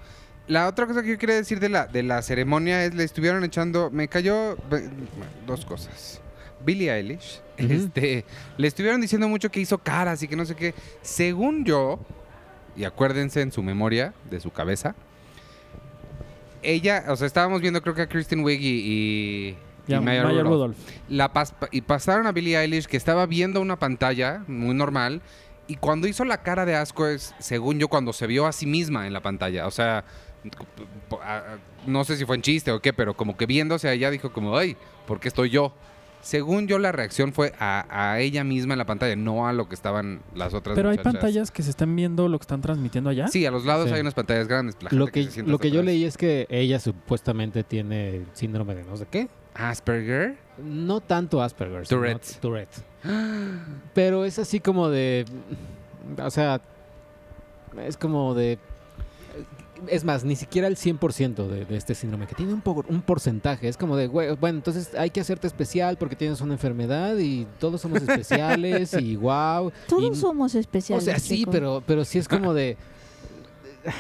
A: La otra cosa que yo quería decir de la, de la ceremonia es le estuvieron echando. Me cayó ve- dos cosas. Billie Eilish,
C: Ujú.
A: este, le estuvieron diciendo mucho que hizo caras y que no sé qué. Según yo, y acuérdense en su memoria, de su cabeza, ella, o sea, estábamos viendo creo que a Kristen Wiig y, y,
B: Ya,
A: y Maya
B: Maya
A: Rudolph.
B: Rudolph.
A: La pas- y pasaron a Billie Eilish que estaba viendo una pantalla muy normal y cuando hizo la cara de asco es, según yo, cuando se vio a sí misma en la pantalla. O sea, po- a- a- no sé si fue en chiste o qué, pero como que viéndose a ella dijo como, ay, ¿por qué estoy yo? Según yo, la reacción fue a, a ella misma en la pantalla, no a lo que estaban las otras
B: Pero hay
A: muchachas.
B: pantallas que se están viendo lo que están transmitiendo allá.
A: Sí, a los lados
C: Sí.
A: hay unas pantallas grandes. la
C: Lo
A: gente que
C: que,
A: se sienta
C: lo
A: hasta
C: que yo
A: atrás.
C: leí es que ella supuestamente tiene síndrome de no sé qué.
A: Asperger.
C: No tanto Asperger. sino
A: Tourette.
C: Tourette. Pero es así como de. O sea. Es como de. Es más, ni siquiera el 100% de, de este síndrome, que tiene un, por- un porcentaje. Es como de, güey, bueno, entonces hay que hacerte especial porque tienes una enfermedad y todos somos especiales y wow.
D: Todos somos
C: O
D: especiales.
C: sea, sí,
D: Checo.
C: pero, pero sí es como de.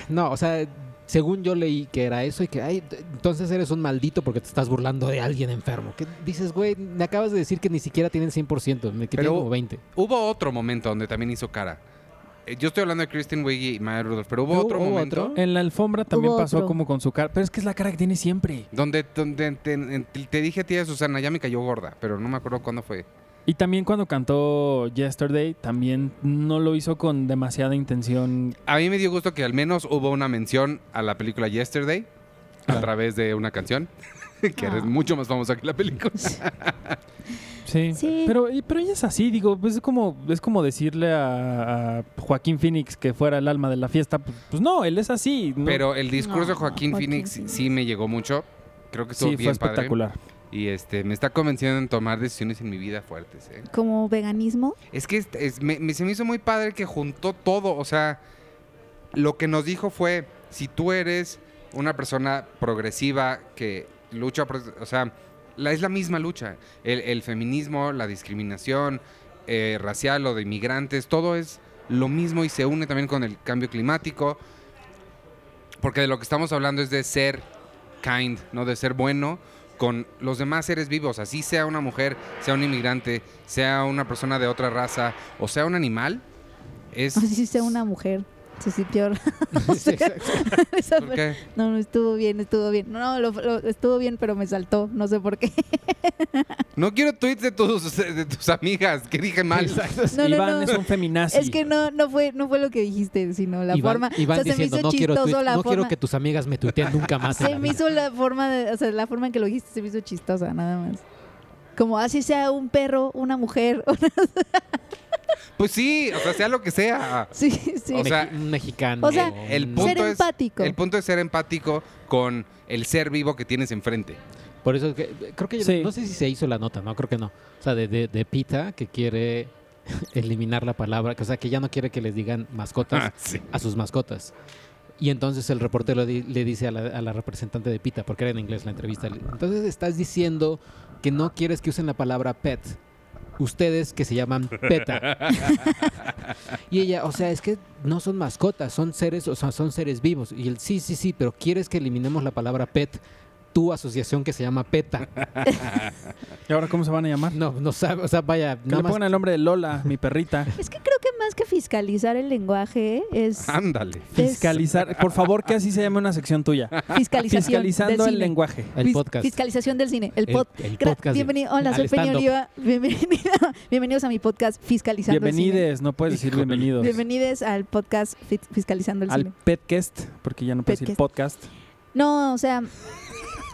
C: No, o sea, según yo leí que era eso y que, ay, t- entonces eres un maldito porque te estás burlando de alguien enfermo. Que dices, güey, me acabas de decir que ni siquiera tienen 100%, me- que
A: Pero-
C: tienen como 20.
A: Hubo otro momento donde también hizo cara. Eh, Yo estoy hablando de Kristen Wiig y Maya Rudolph, pero hubo
C: ¿Hubo-
A: otro
C: hubo
A: momento
C: otro?
B: En la alfombra también
D: Hubo
B: pasó
D: otro.
B: como con su cara. Pero es que es la cara que tiene siempre.
A: donde, donde te, en- te dije a ti, Susana, ya me cayó gorda, pero no me acuerdo cuándo fue.
B: Y también cuando cantó Yesterday, también no lo hizo con demasiada intención.
A: A mí me dio gusto que al menos hubo una mención a la película Yesterday a
B: Claro.
A: través de una canción, que
D: Ah.
A: es mucho más famosa que la película.
B: Sí.
D: Sí.
B: Pero, y- pero ella es así, digo, pues es como, es como decirle a, a Joaquín Phoenix que fuera el alma de la fiesta. Pues, pues no, él es así. ¿no?
A: Pero el discurso de Joaquín,
D: No, Joaquín
A: Phoenix,
D: Phoenix.
A: sí me llegó mucho. Creo que estuvo
B: sí, fue
A: bien padre.
B: espectacular.
A: Y este, me está convenciendo en tomar decisiones en mi vida fuertes. ¿eh?
D: Como veganismo.
A: Es que es- es- me, me- se me hizo muy padre que juntó todo. O sea, lo que nos dijo fue, si tú eres una persona progresiva que lucha, por- o sea, la, es la misma lucha. El, el feminismo, la discriminación eh, racial o de inmigrantes, todo es lo mismo y se une también con el cambio climático. Porque de lo que estamos hablando es de ser kind, ¿no? De ser bueno con los demás seres vivos, así sea una mujer, sea un inmigrante, sea una persona de otra raza o sea un animal, es...
D: O si sea una mujer. Se sintió raro.
C: Sí, exacto.
D: Esa
A: ¿Por qué?
D: No, no, estuvo bien, estuvo bien. No, no, lo- lo- estuvo bien, pero me saltó. No sé por qué.
A: No quiero tweets de tus, de tus amigas, que dije mal.
C: Exacto, sí.
D: No, no,
B: Iván
D: no.
B: es un feminazi.
D: Es que no, no fue, no fue lo que dijiste, sino la
C: Iván-
D: forma.
C: Iván
D: o sea, se me
C: diciendo,
D: hizo
C: no, quiero,
D: chistoso
C: tuit-
D: la
C: no
D: forma.
C: quiero que tus amigas me tuiteen nunca más. en
D: Se
C: la
D: me
C: vida".
D: hizo la forma de, o sea, la forma en que lo dijiste se me hizo chistosa, nada más. Como así sea un perro, una mujer.
A: Pues sí, o sea, sea lo que sea.
D: sí, sí.
A: O
C: Meji-
A: sea,
C: un mexicano.
D: o sea,
C: un-
A: el punto
D: Ser
A: es-
D: empático.
A: El punto es ser empático con el ser vivo que tienes enfrente.
C: Por eso que- creo que yo-
B: Sí.
C: no sé si se hizo la nota, no creo que no. O sea, de, de, de Pita que quiere eliminar la palabra, que, o sea, que ya no quiere que les digan mascotas
A: sí.
C: a sus mascotas. Y entonces el reportero di- le dice a la, a la representante de Pita, porque era en inglés la entrevista, le- entonces estás diciendo que no quieres que usen la palabra pet. Ustedes que se llaman PETA. y ella, o sea, es que no son mascotas, son seres, o sea, son seres vivos. Y él, sí, sí, sí, pero quieres que eliminemos la palabra pet, tu asociación que se llama PETA.
B: ¿Y ahora cómo se van a llamar?
C: No, no sabe, o sea, vaya,
B: Que le
C: nada más.
B: pongan el nombre de Lola, mi perrita.
D: Es que creo que más que fiscalizar el lenguaje es
A: Ándale.
B: Fiscalizar. Por favor, que así se llame una sección tuya.
D: fiscalización
B: Fiscalizando el
D: del cine.
B: lenguaje.
C: El
D: Fis-
C: podcast.
D: Fiscalización del cine, el,
C: El-
D: pod-
C: el
D: Gra-
C: podcast.
D: Bienvenido. Hola,
C: Al
D: soy Peña
C: stand-up.
D: Oliva. Bienvenido- Bienvenidos a mi podcast Fiscalizando el Cine.
B: Bienvenides, no puedes decir
A: Híjole.
B: bienvenidos.
D: Bienvenidos al podcast fi- Fiscalizando el
B: Al
D: Cine.
B: podcast, porque ya no puedes decir podcast.
D: No, o sea,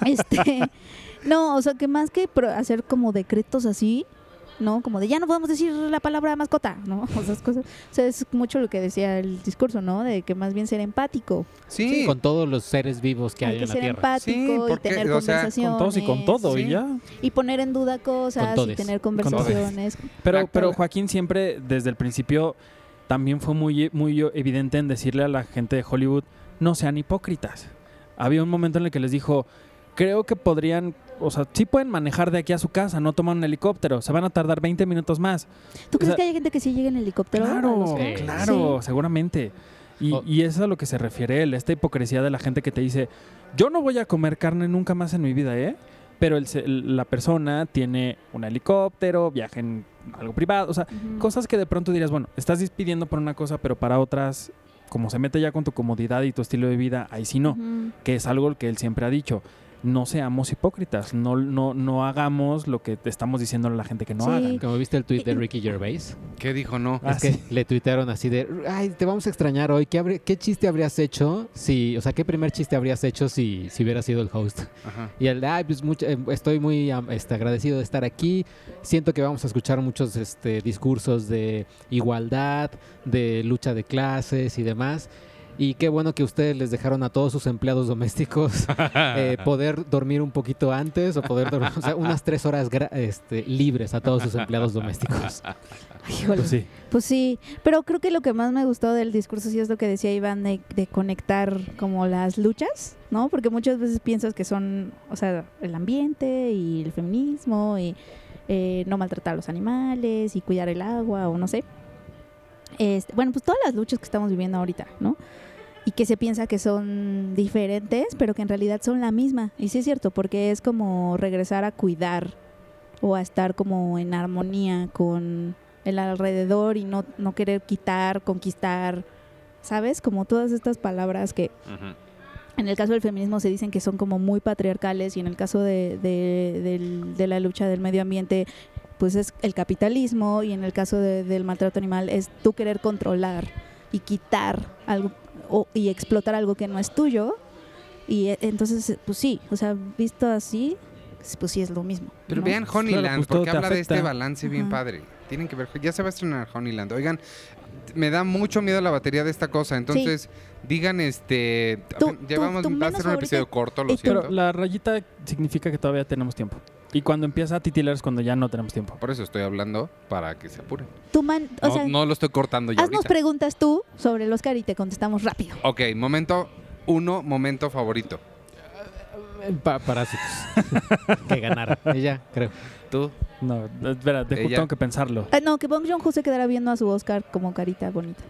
D: este, no, o sea, que más que pro- hacer como decretos así, ¿no? Como de ya no podemos decir la palabra mascota, ¿no? O esas cosas. O sea, es mucho lo que decía el discurso, ¿no? De que más bien ser empático.
A: Sí,
C: Sí, con todos los seres vivos que hay,
D: Hay que
C: en la
D: ser
C: Tierra.
A: Sí,
D: empático y
A: porque,
D: tener
A: o sea, con
D: conversaciones.
B: Con todos y con todo,
A: Sí.
B: y ya.
D: Y poner en duda cosas y
C: todes.
D: tener
B: Con todes.
D: conversaciones.
B: Pero,
A: Exacto.
B: pero Joaquín siempre, desde el principio, también fue muy, muy evidente en decirle a la gente de Hollywood, no sean hipócritas. Había un momento en el que les dijo, creo que podrían, o sea, sí pueden manejar de aquí a su casa, no toman un helicóptero, se van a tardar 20 minutos más.
D: ¿Tú
B: O
D: crees
B: sea,
D: que hay gente que sí llega en helicóptero? a los
B: Claro,
D: Oscars?
C: Sí.
B: claro, seguramente. Y,
C: O-
B: y eso es a lo que se refiere él, esta hipocresía de la gente que te dice, yo no voy a comer carne nunca más en mi vida, ¿eh? Pero el se- el- la persona tiene un helicóptero, viaja en algo privado, o sea,
D: Sí. Ujú.
B: cosas que de pronto dirías, bueno, estás pidiendo por una cosa, pero para otras, como se mete ya con tu comodidad y tu estilo de vida, ahí sí no,
D: Ujú.
B: que es algo que él siempre ha dicho. No seamos hipócritas, no, no, no hagamos lo que te estamos diciendo a la gente que no
D: Sí.
B: hagan.
C: Como viste el tweet de Ricky Gervais,
A: ¿qué dijo no?
B: Ah,
C: es que
B: sí.
C: le tuitearon así de, ay, te vamos a extrañar hoy, ¿qué, habrí- qué chiste habrías hecho si, o sea, qué primer chiste habrías hecho si, si hubieras sido el host?
A: Ajá.
C: Y el, ay, pues mucha- eh, estoy muy am, este, agradecido de estar aquí, siento que vamos a escuchar muchos este, discursos de igualdad, de lucha de clases y demás. Y qué bueno que ustedes les dejaron a todos sus empleados domésticos eh, poder dormir un poquito antes o poder dormir o sea, unas tres horas gra- este, libres a todos sus empleados domésticos.
D: Híjole.
B: Pues sí.
D: Pues sí, pero creo que lo que más me gustó del discurso sí es lo que decía Iván de, de conectar como las luchas, ¿no? Porque muchas veces piensas que son, o sea, el ambiente y el feminismo y eh, no maltratar a los animales y cuidar el agua o no sé. Este, bueno, pues todas las luchas que estamos viviendo ahorita, ¿no? y que se piensa que son diferentes, pero que en realidad son la misma. Y sí es cierto, porque es como regresar a cuidar o a estar como en armonía con el alrededor y no, no querer quitar, conquistar, ¿sabes? Como todas estas palabras que
E: Ujú.
D: en el caso del feminismo se dicen que son como muy patriarcales y en el caso de, de- del- de la lucha del medio ambiente pues es el capitalismo y en el caso de- del maltrato animal es tú querer controlar y quitar algo o- y explotar algo que no es tuyo y eh, entonces pues sí, o sea, visto así pues sí es lo mismo.
A: Pero
D: ¿no?
A: vean
B: Claro,
A: Honeyland,
B: pues todo
A: porque
B: te
A: habla de este
B: afecta.
A: balance bien
D: Ajá.
A: padre. Tienen que ver, ya se va a estrenar Honeyland. Oigan, me da mucho miedo la batería de esta cosa, entonces digan este...
D: Tú-
A: apen-
D: tú-
A: llevamos,
D: tú
A: va a
D: menos
A: ser un episodio
D: ahorita-
A: corto, lo
D: y tú-
A: siento.
B: Pero la rayita significa que todavía tenemos tiempo. Y cuando empieza a titilar es cuando ya no tenemos tiempo.
A: Por eso estoy hablando, para que se apuren.
D: Tú man- o
A: No,
D: sea,
A: no lo estoy cortando yo
D: haznos
A: ahorita.
D: preguntas tú sobre el Oscar y te contestamos rápido.
A: Ok, momento uno, momento favorito.
C: Pa- parásitos. que ganara. Ella, creo.
A: ¿Tú?
B: No, espera, dejo-
A: Ella-
B: tengo que pensarlo.
D: Ah, no, que Bong Joon-ho se quedará viendo a su Oscar como carita bonita.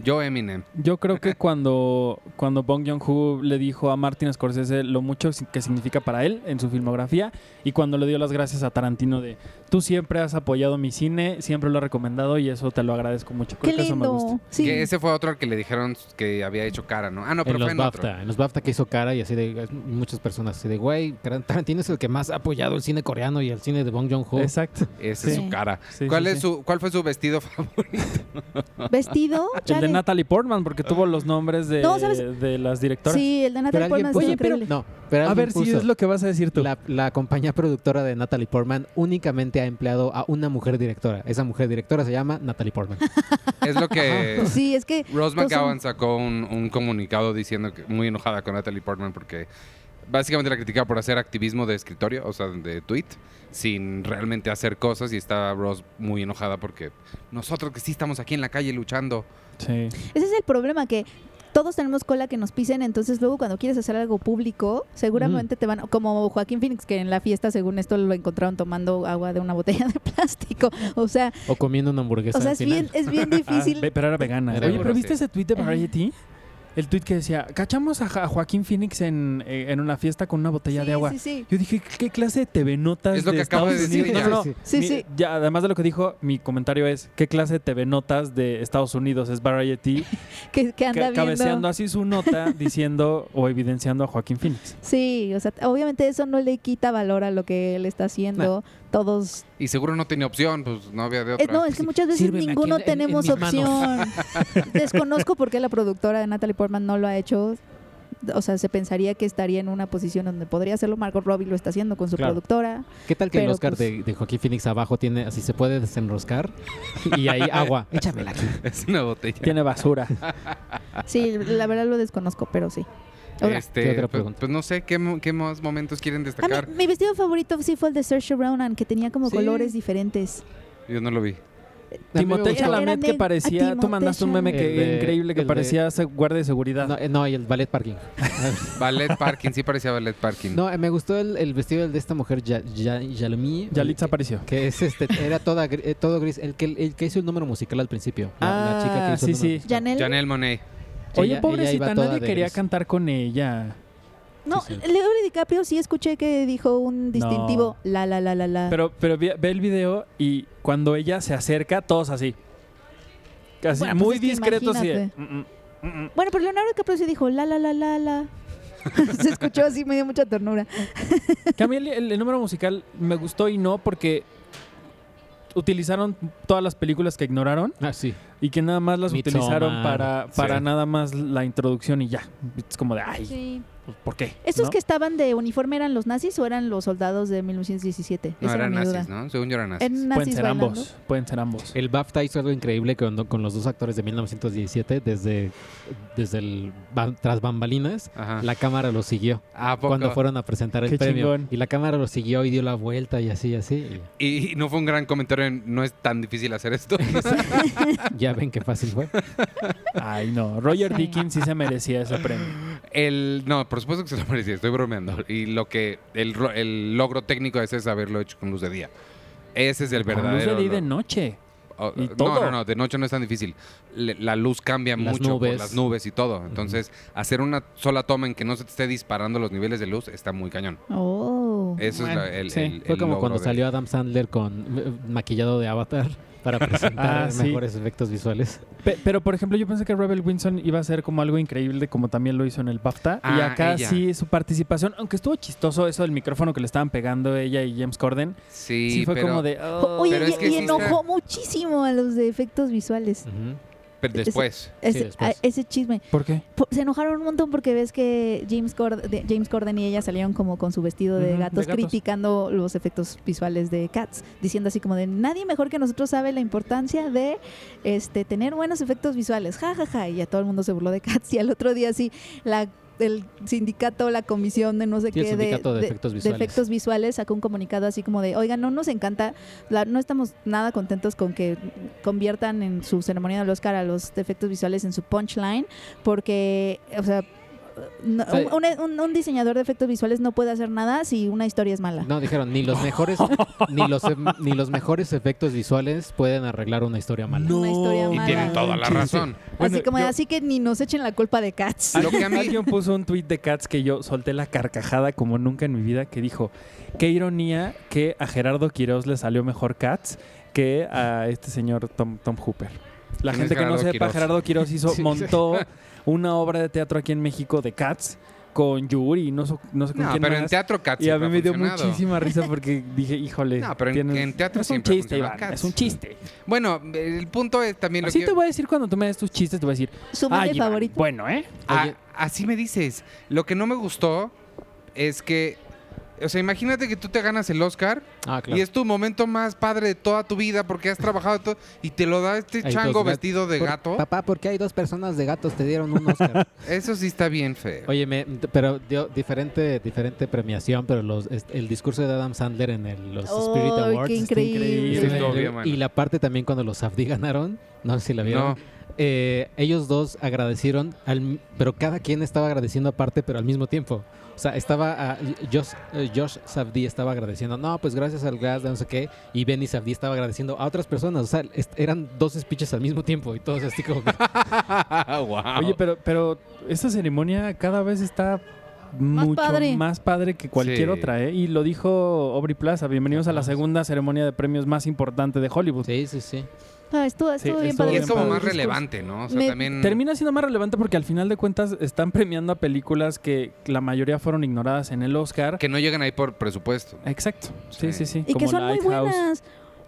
A: Yo Eminem.
B: Yo creo que cuando, cuando Bong Joon-ho le dijo a Martin Scorsese lo mucho si- que significa para él en su filmografía y cuando le dio las gracias a Tarantino de tú siempre has apoyado mi cine, siempre lo has recomendado y eso te lo agradezco mucho. Creo
D: Qué
B: que eso me gusta.
D: lindo. Sí.
A: Que ese fue otro al que le dijeron que había hecho cara, ¿no? Ah, no, pero
C: en
A: fue
C: los
A: en otro.
C: BAFTA. En los BAFTA que hizo cara y así de muchas personas. Así de, güey, Tarantino es el que más ha apoyado el cine coreano y el cine de Bong Joon-ho.
B: Exacto.
A: Esa es
D: Sí.
A: su cara.
B: Sí,
A: ¿Cuál,
B: sí,
A: es
B: sí.
A: Su, ¿Cuál fue su vestido favorito?
D: Vestido,
B: El de
D: chale.
B: Natalie Portman porque tuvo
A: Ah.
B: los nombres de,
D: No, ¿sabes?
B: de las directoras.
D: Sí, el de
C: Pero
D: Natalie
C: alguien
D: Portman es
C: puso-
D: increíble.
C: No, pero
B: A
C: alguien
B: ver si
C: puso-
B: es lo que vas a decir tú.
C: La, la compañía productora de Natalie Portman únicamente ha empleado a una mujer directora. Esa mujer directora se llama Natalie Portman.
A: Es lo que
D: Sí, es que
A: Rose
D: Entonces-
A: McGowan sacó un, un comunicado diciendo que muy enojada con Natalie Portman porque básicamente la criticaba por hacer activismo de escritorio, o sea, de tweet, sin realmente hacer cosas y estaba Rose muy enojada porque nosotros que sí estamos aquí en la calle luchando.
B: Sí.
D: ese es el problema que todos tenemos cola que nos pisen, entonces luego cuando quieres hacer algo público, seguramente
B: Mm.
D: te van como Joaquín Phoenix que en la fiesta según esto lo encontraron tomando agua de una botella de plástico. O sea,
C: O comiendo una hamburguesa.
D: o sea,
C: al
D: es
C: final.
D: bien es bien
B: Ah,
D: difícil.
B: ve- pero era vegana.
C: Era
B: Oye,
C: vegana,
B: ¿pero viste
A: sí.
B: ese tweet de Variety? El tweet que decía, cachamos a, Ja- a Joaquín Phoenix en, eh, en una fiesta con una botella
D: Sí,
B: de agua.
D: sí, sí.
B: Yo dije, ¿qué qué clase de TV notas
A: Es lo que acabo
B: Estados
A: de decir
B: Unidos?
A: ya.
B: No, no,
C: Sí,
D: sí.
B: mi-
D: Sí, sí.
B: Ya, además de lo que dijo, mi comentario es, ¿qué clase de TV notas de Estados Unidos es Variety?
D: Que, que anda
B: ca- cabeceando
D: viendo.
B: así su nota diciendo o evidenciando a Joaquín Phoenix.
D: Sí, o sea, obviamente eso no le quita valor a lo que él está haciendo. Todos
A: Y seguro no tenía opción, pues no había de
D: Eh,
A: otra.
D: no, es que muchas veces
C: Sírveme aquí
D: ninguno
C: en- en- en
D: tenemos
C: mis
D: opción. Desconozco por qué la productora de Natalie Portman no lo ha hecho. O sea, se pensaría que estaría en una posición donde podría hacerlo. Margot Robbie lo está haciendo con su
C: Claro.
D: productora.
C: ¿Qué tal que el
D: Pero,
C: Oscar
D: pues-
C: de, de Joaquín Phoenix abajo tiene, así se puede desenroscar? Y ahí agua, échamela aquí.
A: Es una botella.
B: Tiene basura.
D: Sí, la verdad lo desconozco, pero sí. Ahora,
A: Este,
C: ¿Qué otra
A: pues,
C: pregunta?
A: pues no sé, ¿qué, mo- qué más momentos quieren
D: a mí-
A: destacar?
D: mi vestido favorito sí fue el de Saoirse Ronan, que tenía como
C: Sí.
D: colores diferentes.
A: Yo no lo vi.
C: A mí me
B: Timothée
D: gusta. Era
B: Chalamet
D: de-
B: que
D: a
B: parecía, tú
D: Timothée
B: mandaste un meme que
C: Chalamet. El de-
B: increíble que
C: el de-
B: parecía se- guardia de seguridad.
C: No, eh, no, y el ballet parking.
A: Ballet Parking, sí parecía Ballet Parking.
C: No, eh, me gustó el, el vestido de esta mujer, Ya- Ya- Yalmi.
B: Yalitza apareció.
C: Que es este, era toda, gri- eh, todo gris. El que, el que hizo el número musical al principio. La, la chica que
B: Ah,
C: hizo
B: sí,
C: el número
B: sí.
C: musical.
D: Janelle.
A: Janelle Monet.
C: Sí, ella-
B: Oye,
C: ella
B: pobrecita,
C: iba toda
B: nadie
C: de
B: quería
C: gris.
B: cantar con ella.
D: No,
C: Sí, sí.
D: Leo DiCaprio sí escuché que dijo un distintivo la la la la la.
B: Pero, pero ve, ve el video y cuando ella se acerca, todos así. Casi
D: Bueno, pues
B: muy
D: es que
B: discretos. así de,
D: imagínate.
B: "Mm, mm, mm, mm".
D: Bueno, pero Leonardo DiCaprio sí dijo la la la la la. Se escuchó así, me dio mucha ternura.
B: Que a mí el, el- el número musical me gustó y no porque utilizaron todas las películas que ignoraron
C: Ah, sí.
B: y que nada más las
C: Midsommar,
B: utilizaron para, para
A: sí.
B: nada más la introducción y ya. Es como de, ay,
D: Sí.
B: pues, ¿por qué?
D: ¿Estos
B: ¿No?
D: que estaban de uniforme eran los nazis o eran los soldados de 1917?
A: No,
D: Esa era
A: eran
D: mi duda.
A: nazis, ¿no? Según yo eran nazis.
D: Eran
B: pueden
D: nazis
B: ser
D: bailando.
B: ambos. Pueden ser ambos.
C: El BAFTA hizo algo increíble con, con los dos actores de 1917. Desde, desde el ba- tras bambalinas,
A: Ajá.
C: la cámara los siguió.
A: ¿A poco?
C: Cuando fueron a presentar el
B: Ah. Qué
C: premio.
B: chingón.
C: Y la cámara los siguió y dio la vuelta y así, y así.
A: Y no fue un gran comentario en, no es tan difícil hacer esto.
C: y ya ven qué fácil fue.
B: Ay, no. Roger
D: Sí.
B: Dickens sí se merecía ese premio.
A: El, no, por supuesto que se lo merecía, estoy bromeando. Y lo que el, ro- el logro técnico es, es haberlo hecho con luz de día. Ese es el
B: Con luz
A: verdadero.
B: de día y de
A: logro.
B: noche.
A: o-
B: Y
A: Oh, no,
B: todo.
A: no, no, de noche no es tan difícil. Le- la luz cambia
C: Las
A: mucho por
C: nubes.
A: las nubes y todo. Entonces, hacer una sola toma en que no se te esté disparando los niveles de luz está muy cañón.
D: Oh.
A: Eso
C: Bueno,
A: es la- el,
C: sí,
A: el-
C: Fue
A: el
C: como
A: logro
C: cuando
A: de-
C: salió Adam Sandler con eh, maquillado de Avatar para presentar
B: Ah, sí.
C: mejores efectos visuales.
B: Pe- pero, por ejemplo, yo pensé que Rebel Wilson iba a ser como algo increíble, como también lo hizo en el BAFTA. y
A: Ah,
B: acá
A: ella.
B: sí su participación, aunque estuvo chistoso eso del micrófono que le estaban pegando ella y James Corden.
A: Sí,
B: Sí, fue
A: pero,
B: como de.
D: O-
B: "Oh".
D: Oye,
A: Pero
D: y,
A: es que
D: y
A: sí está-
D: enojó muchísimo a los de efectos visuales.
C: Ujú.
A: pero después.
D: Ese,
C: después.
D: a- ese chisme.
B: ¿Por qué?
D: Po- Se enojaron un montón porque ves que James Corden, de- James Corden y ella salieron como con su vestido de
B: Ujú, de
D: gatos,
B: gatos.
D: criticando los efectos visuales de Cats, diciendo así como de nadie mejor que nosotros sabe la importancia de este tener buenos efectos visuales. Ja, ja, ja. Y ya todo el mundo se burló de Cats. Y al otro día sí, la el sindicato, la comisión de no sé
C: Sí, el
D: qué de,
C: sindicato de efectos visuales.
D: efectos visuales sacó un comunicado así como de, oigan, no nos encanta, la- no estamos nada contentos con que conviertan en su ceremonia del Oscar a los efectos visuales en su punchline, porque, o sea, no-
C: O sea,
D: un, un- un diseñador de efectos visuales no puede hacer nada si una historia es mala.
C: No, dijeron, ni los mejores ni los em- ni los mejores efectos visuales pueden arreglar una historia mala.
D: Una historia
A: Y
D: mala.
A: tienen toda la razón.
D: así como, de, así que ni nos echen la culpa de Cats.
B: Ah,
A: Lo que a mí-
B: Alguien puso un tweet de Cats que yo solté la carcajada como nunca en mi vida, que dijo, qué ironía que a Gerardo Quirós le salió mejor Cats que a este señor Tom, Tom Hooper. La
A: ¿Quién es
B: gente que no
A: Gerardo
B: sepa,
A: Quirós?
B: Gerardo Quirós hizo,
C: Sí.
B: montó una obra de teatro aquí en México de Cats con Yuri, no, so- no sé con
A: No,
B: quién
A: pero en
B: más.
A: teatro Cats
B: y a
A: siempre
B: mí
A: ha
B: me dio
A: funcionado.
B: muchísima risa porque dije, híjole.
A: No, pero en-
B: tienes-
A: en teatro
B: es un
A: siempre
B: chiste,
A: funciona
B: Iván,
A: Cats.
B: es un chiste.
A: Bueno, el punto es también lo
B: Así
A: que
B: te voy a decir cuando tú me des tus chistes, te voy a decir,
D: Su
B: ah,
D: meme favorito.
B: bueno, ¿eh?
A: Ah,
C: Oye.
A: así me dices. Lo que no me gustó es que, o sea, imagínate que tú te ganas el Oscar
C: Ah,
A: y es tu momento más padre de toda tu vida porque has trabajado todo y te lo da este
C: Hay dos
A: chango
C: gat-
A: vestido de gato.
C: Papá, ¿por qué hay dos personas de gatos? Te dieron un Oscar.
A: Eso sí está bien feo.
C: Oye, me- pero dio diferente, diferente premiación, pero los, es- el discurso de Adam Sandler en el- los Spirit
D: Ay,
C: Awards.
D: qué
C: está
D: increíble.
A: Sí, estuvo
C: increíble.
A: bien bueno.
C: Y la parte también cuando los Safdie ganaron, no sé si la vieron.
A: no,
C: eh, ellos dos agradecieron, al- pero cada quien estaba agradeciendo aparte, pero al mismo tiempo. O sea, estaba ah, Josh, eh, Josh Safdie estaba agradeciendo, no, pues gracias al gas, de no sé qué, y Benny Safdie estaba agradeciendo a otras personas. O sea, est- eran dos speeches al mismo tiempo y todos así como que,
B: Oye, pero, pero esta ceremonia cada vez está mucho
D: padre.
B: más padre que cualquier
A: Sí.
B: otra, ¿eh? Y lo dijo Aubrey Plaza. Bienvenidos a la
C: Ah, sí.
B: segunda ceremonia de premios más importante de Hollywood.
C: Sí, sí, sí.
D: Ah, estuvo, estuvo
B: Sí,
D: bien
B: estuvo
A: y
D: padre.
A: es como
B: Pero
A: más
B: discos-
A: relevante, ¿no? O sea,
D: Me-
A: también
B: Termina siendo más relevante porque al final de cuentas están premiando a películas que la mayoría fueron ignoradas en el Oscar.
A: que no llegan ahí por presupuesto.
B: Exacto. Sí,
A: Sí.
B: sí, sí.
D: Y que
B: Como
D: son muy
B: Lighthouse,
D: buenas.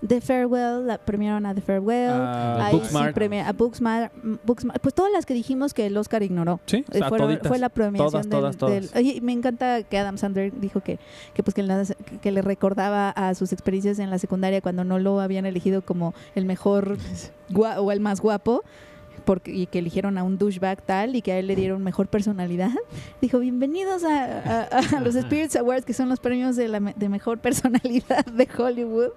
D: The Farewell, la premiaron a The Farewell.
B: a
D: ¿eh? Ahí sí,
B: Ah, Booksmart.
D: premia- a Booksmart, mm, Booksmart. Pues todas las que dijimos que el Oscar ignoró.
B: Sí, o
D: Eh,
B: sea,
D: fueron-
B: toditas.
D: fue la premiación
B: Todas,
D: del-
B: todas,
D: del-
B: todas.
D: Oye, y me encanta que Adam Sandler dijo que, que pues que, las- que le recordaba a sus experiencias en la secundaria cuando no lo habían elegido como el mejor gua- o el más guapo porque, y que eligieron a un douchebag tal y que a él le dieron mejor personalidad. Dijo, bienvenidos a, a- a los Spirits Awards, que son los premios de, la me- de mejor personalidad de Hollywood,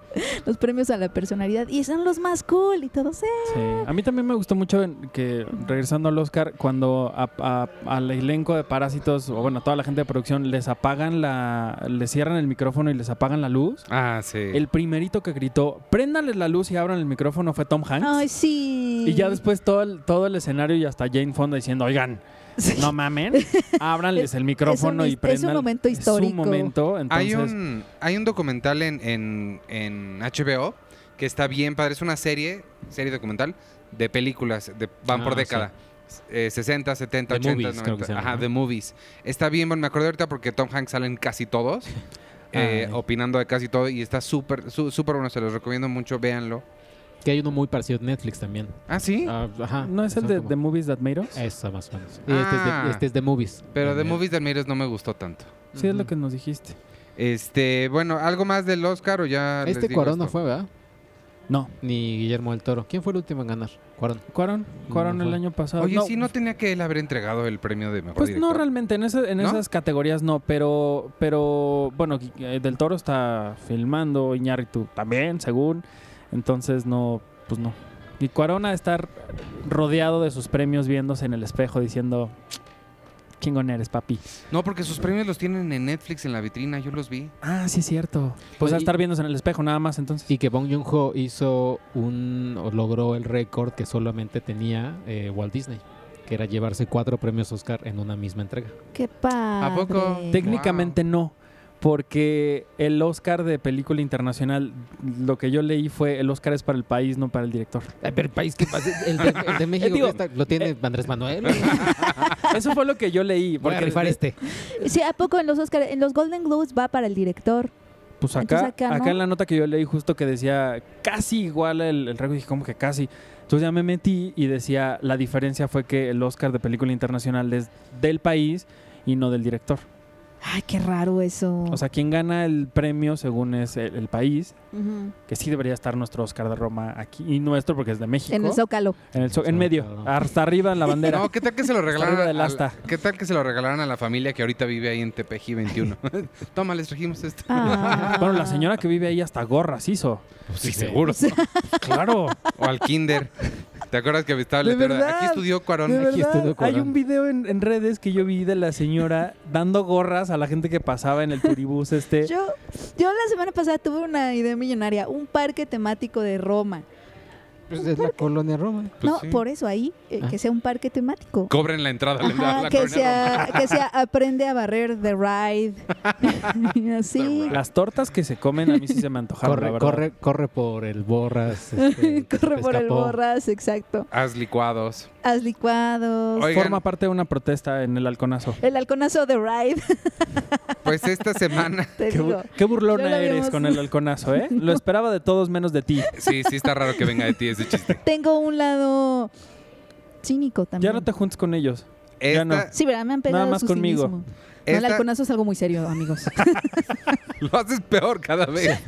D: los premios a la personalidad, y son los más cool y todos, "Eh".
B: Sí. A mí también me gustó mucho en- que, regresando al Oscar, cuando a- a- al elenco de Parásitos, o bueno, a toda la gente de producción, les apagan la. les cierran el micrófono y les apagan la luz.
A: Ah, sí.
B: El primerito que gritó, préndanles la luz y abran el micrófono fue Tom Hanks.
D: Ay, sí.
B: Y ya después todo el, todo el escenario y hasta Jane Fonda diciendo, oigan,
D: Sí.
B: no mamen, ábranles el
D: Es
B: micrófono
D: un-
B: y
D: es un
B: prendan.
D: momento
B: Es
D: histórico.
B: un momento, entonces.
A: Hay un, hay un documental en, en- en HBO que está bien padre. Es una serie, serie documental, de películas. de- van
C: Ah,
A: por
C: sí.
A: década. Eh, 60, 70,
C: The
A: 80,
C: Movies, creo que
A: 90.
C: se llama,
A: Ajá,
C: ¿no?
A: The Movies. Está bien, bueno, me acordé ahorita porque Tom Hanks salen casi todos. eh,
C: Ay.
A: opinando de casi todo. Y está súper, su- súper bueno. Se los recomiendo mucho. Véanlo.
C: Que hay uno muy parecido en Netflix también.
A: Ah, sí.
C: Ah, ajá.
B: ¿No es el
C: Son
B: de
C: como-
B: The Movies That
A: Eh,
B: Made Us?
C: Esa más o menos. Sí,
A: Ah.
C: este, es de, este es de Movies.
A: Pero The
C: También.
A: Movies de Almires no me gustó tanto.
B: Sí, es lo
C: Ujú.
B: que nos dijiste.
A: Este, bueno, algo más del Oscar o ya. ah, les
C: Este
A: digo
C: Cuarón no
A: esto?
C: fue, ¿verdad?
B: No.
C: Ni Guillermo del Toro. ¿Quién fue el último en ganar? Cuarón.
B: Cuaron, Cuaron
C: No
B: el
C: fue.
B: año pasado.
A: Oye, sí, no tenía que él haber entregado el premio de mejor
B: Pues no
A: director?
B: realmente, en, ese- en
A: ¿No?
B: esas categorías no, pero, pero bueno, Gui- eh, Del Toro está filmando, Iñárritu también, según, entonces no, pues no. Y Cuarón a estar rodeado de sus premios viéndose en el espejo diciendo, chingón eres, papi.
A: No, porque sus premios los tienen en Netflix, en la vitrina, yo los vi.
B: Ah, sí es cierto. Pues a
C: y-
B: estar viéndose en el espejo nada más entonces.
C: Y que Bong Joon-ho hizo un, o logró el récord que solamente tenía eh, Walt Disney, que era llevarse cuatro premios Oscar en una misma entrega.
D: Qué padre.
A: ¿A poco?
B: Técnicamente no, porque el Oscar de película internacional, lo que yo leí fue el Oscar es para el país, no para el director.
C: el país que el de, el de México
B: Digo,
C: que está- lo tiene
B: eh,
C: Andrés Manuel.
B: Eso fue lo que yo leí.
C: Voy a
B: Porque
C: rifar este.
D: Sí, ¿a poco en los Oscar, en los Golden Globes va para el director?
B: Pues acá,
D: Entonces acá no.
B: acá en la nota que yo leí justo que decía casi igual el, el récord, dije como que casi. Entonces ya me metí y decía la diferencia fue que el Oscar de película internacional es del país y no del director.
D: Ay, qué raro eso.
B: O sea, quien gana el premio según es el, el país,
D: Ujú.
B: que sí debería estar nuestro Oscar de Roma aquí y nuestro porque es de México.
D: En el Zócalo.
B: En, el so- en medio,
C: Claro.
B: hasta arriba en la bandera.
A: No, ¿qué tal que se lo regalaran?
B: arriba del
A: a-
B: asta.
A: ¿Qué tal que se lo regalaran a la familia que ahorita vive ahí en Tepeji 21? Toma, les trajimos esto.
D: Ah.
B: Bueno, la señora que vive ahí hasta gorras hizo.
A: sí,
C: Pues sí.
A: seguro. Pues
B: Claro.
A: O al kinder. ¿Te acuerdas que estaba el
B: De
A: letrero de,
B: verdad,
A: Aquí estudió Cuarón.
B: De
C: Aquí estoy de
B: verdad,
C: acuerdo.
B: hay un video en, en redes que yo vi de la señora dando gorras a la gente que pasaba en el turibús este.
D: Yo, yo la semana pasada tuve una idea millonaria, un parque temático de Roma.
C: Pues es la colonia Roma.
A: Pues
D: no,
A: sí.
D: por eso ahí, eh,
C: Ah.
D: que sea un parque temático.
A: Cobren la entrada. le da
D: Ajá,
A: la
D: Ah, que,
A: colonia
D: sea, que sea aprende a barrer The Ride. Así.
B: Las tortas que se comen a mí sí se me antojaron, la
C: Corre,
B: verdad.
C: corre, corre por el borras. este, que se
D: Corre
C: te
D: por el
C: escapó.
D: borras, exacto.
A: Roma. Haz licuados.
D: Haz licuados.
A: Oigan,
B: Forma parte de una protesta en el halconazo.
D: El halconazo The Ride,
A: pues esta semana...
D: te
B: Qué, bu-
D: digo.
B: qué
D: Ya
B: burlona
D: lo
B: eres
D: vimos.
B: con el halconazo, ¿eh? Lo esperaba de todos menos de ti.
A: Sí, sí está raro que venga de ti ese chiste.
D: Tengo un lado cínico también.
B: Ya no te juntes con ellos. Ya no.
A: Esta,
D: Sí, ¿verdad? Me han pegado
B: Nada más
D: su
B: conmigo.
D: cinismo. No, el
A: esta
D: halconazo es algo muy serio, amigos.
A: lo haces peor cada vez.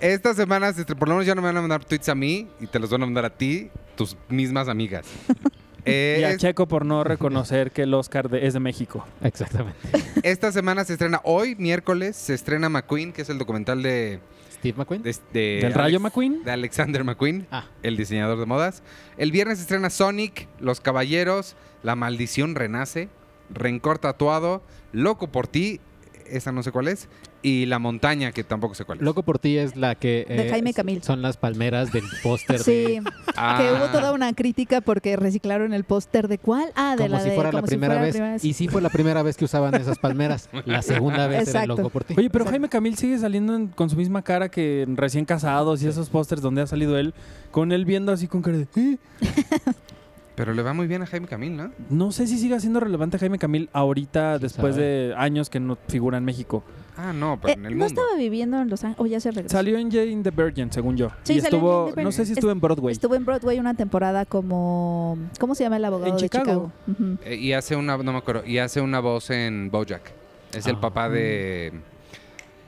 A: Esta semana, este, por lo menos ya no me van a mandar tweets a mí y te los van a mandar a ti, tus mismas amigas. Eh,
B: Y a
A: es-
B: Checo por no reconocer que el Oscar de- es de México.
C: Exactamente.
A: Esta semana se estrena hoy, miércoles, se estrena McQueen, que es el documental de...
C: Steve McQueen.
A: de- de
B: ¿Del
A: Alex-
B: Rayo McQueen?
A: De Alexander McQueen,
C: Ah.
A: el diseñador de modas. El viernes se estrena Sonic, Los Caballeros, La Maldición Renace, Rencor Tatuado, Loco por ti, esa no sé cuál es, y La Montaña, que tampoco sé cuál es.
C: Loco por ti es la que eh,
D: De Jaime Camil.
C: son las palmeras del póster
D: Sí,
C: de
A: Ah.
D: que hubo toda una crítica porque reciclaron el póster de cuál. Ah, de
C: como
D: la
C: si
D: de
C: fuera la
D: como si
C: primera
D: fuera
C: vez. Y sí fue la primera vez que usaban esas palmeras. La segunda vez era
D: Exacto.
C: loco por ti.
B: Oye, pero Jaime Camil sigue saliendo en- con su misma cara que en recién casados y esos pósters donde ha salido él, con él viendo así con cara de... "Eh".
A: Pero le va muy bien a Jaime Camil, ¿no?
B: No sé si siga siendo relevante Jaime Camil ahorita,
C: ¿Quién
B: después
C: sabe?
B: de años que no figura en México.
A: Ah, no, pero
D: Eh,
A: en el
D: no
A: mundo.
D: estaba viviendo en Los Ángeles. O ya se regresó.
B: Salió en Jane the Virgin, según yo.
D: Sí,
B: y
D: salió en Jane
B: estuvo,
D: the Virgin.
B: no sé si estuvo en Broadway.
D: Estuvo en Broadway una temporada como. ¿Cómo se llama el abogado
B: En
D: de
B: Chicago.
D: Chicago? Ujú.
A: Eh, y hace una, no me acuerdo, y hace una voz en Bojack. Es el
C: Ah.
A: papá de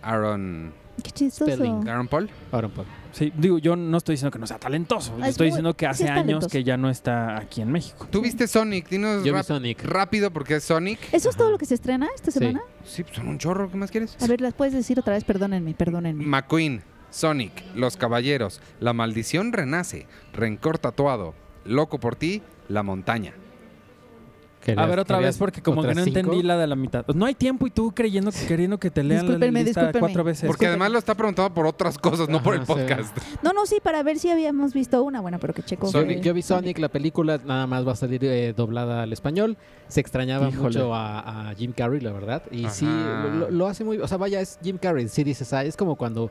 A: Aaron,
D: Qué chistoso.
C: Spelling.
A: Aaron Paul.
C: Ahora un poco.
B: Sí, digo, yo no estoy diciendo que no sea talentoso.
D: Ah, es
B: estoy
D: muy-
B: diciendo que
D: sí
B: hace
D: es
B: años
D: talentoso.
B: que ya no está aquí en México.
A: ¿Tú viste Sonic? Dinos
C: Yo vi
A: rap-
C: Sonic.
A: rápido porque es Sonic.
D: ¿Eso es todo lo que se estrena esta
C: Sí.
D: semana?
A: Sí, pues son un chorro, ¿qué más quieres?
D: A ver, ¿las puedes decir otra vez? Perdónenme, perdónenme.
A: McQueen, Sonic, Los Caballeros, La Maldición Renace, Rencor Tatuado, Loco por ti, La Montaña.
B: A
C: Querías-
B: ver otra
C: querías
B: vez porque como que
C: otras
B: no
C: cinco.
B: entendí la de la mitad. No hay tiempo y tú creyendo que queriendo que te lean la
D: Discúlpenme,
B: lista
D: discúlpenme.
B: cuatro veces.
A: Porque
D: Disculpen.
A: además lo está preguntando por otras cosas, no por el
C: Ajá, sí.
A: podcast.
D: No, no, sí, para ver si habíamos visto una. Bueno, pero que checo.
A: Sonic,
D: fue-
C: Yo vi Sonic, la película nada más va a salir eh, doblada al español. Se extrañaba
B: Híjole.
C: mucho a, a Jim Carrey, la verdad. Y sí,
A: Ajá.
C: lo, lo hace muy... O sea, vaya, es Jim Carrey. Sí dices, ah, es como cuando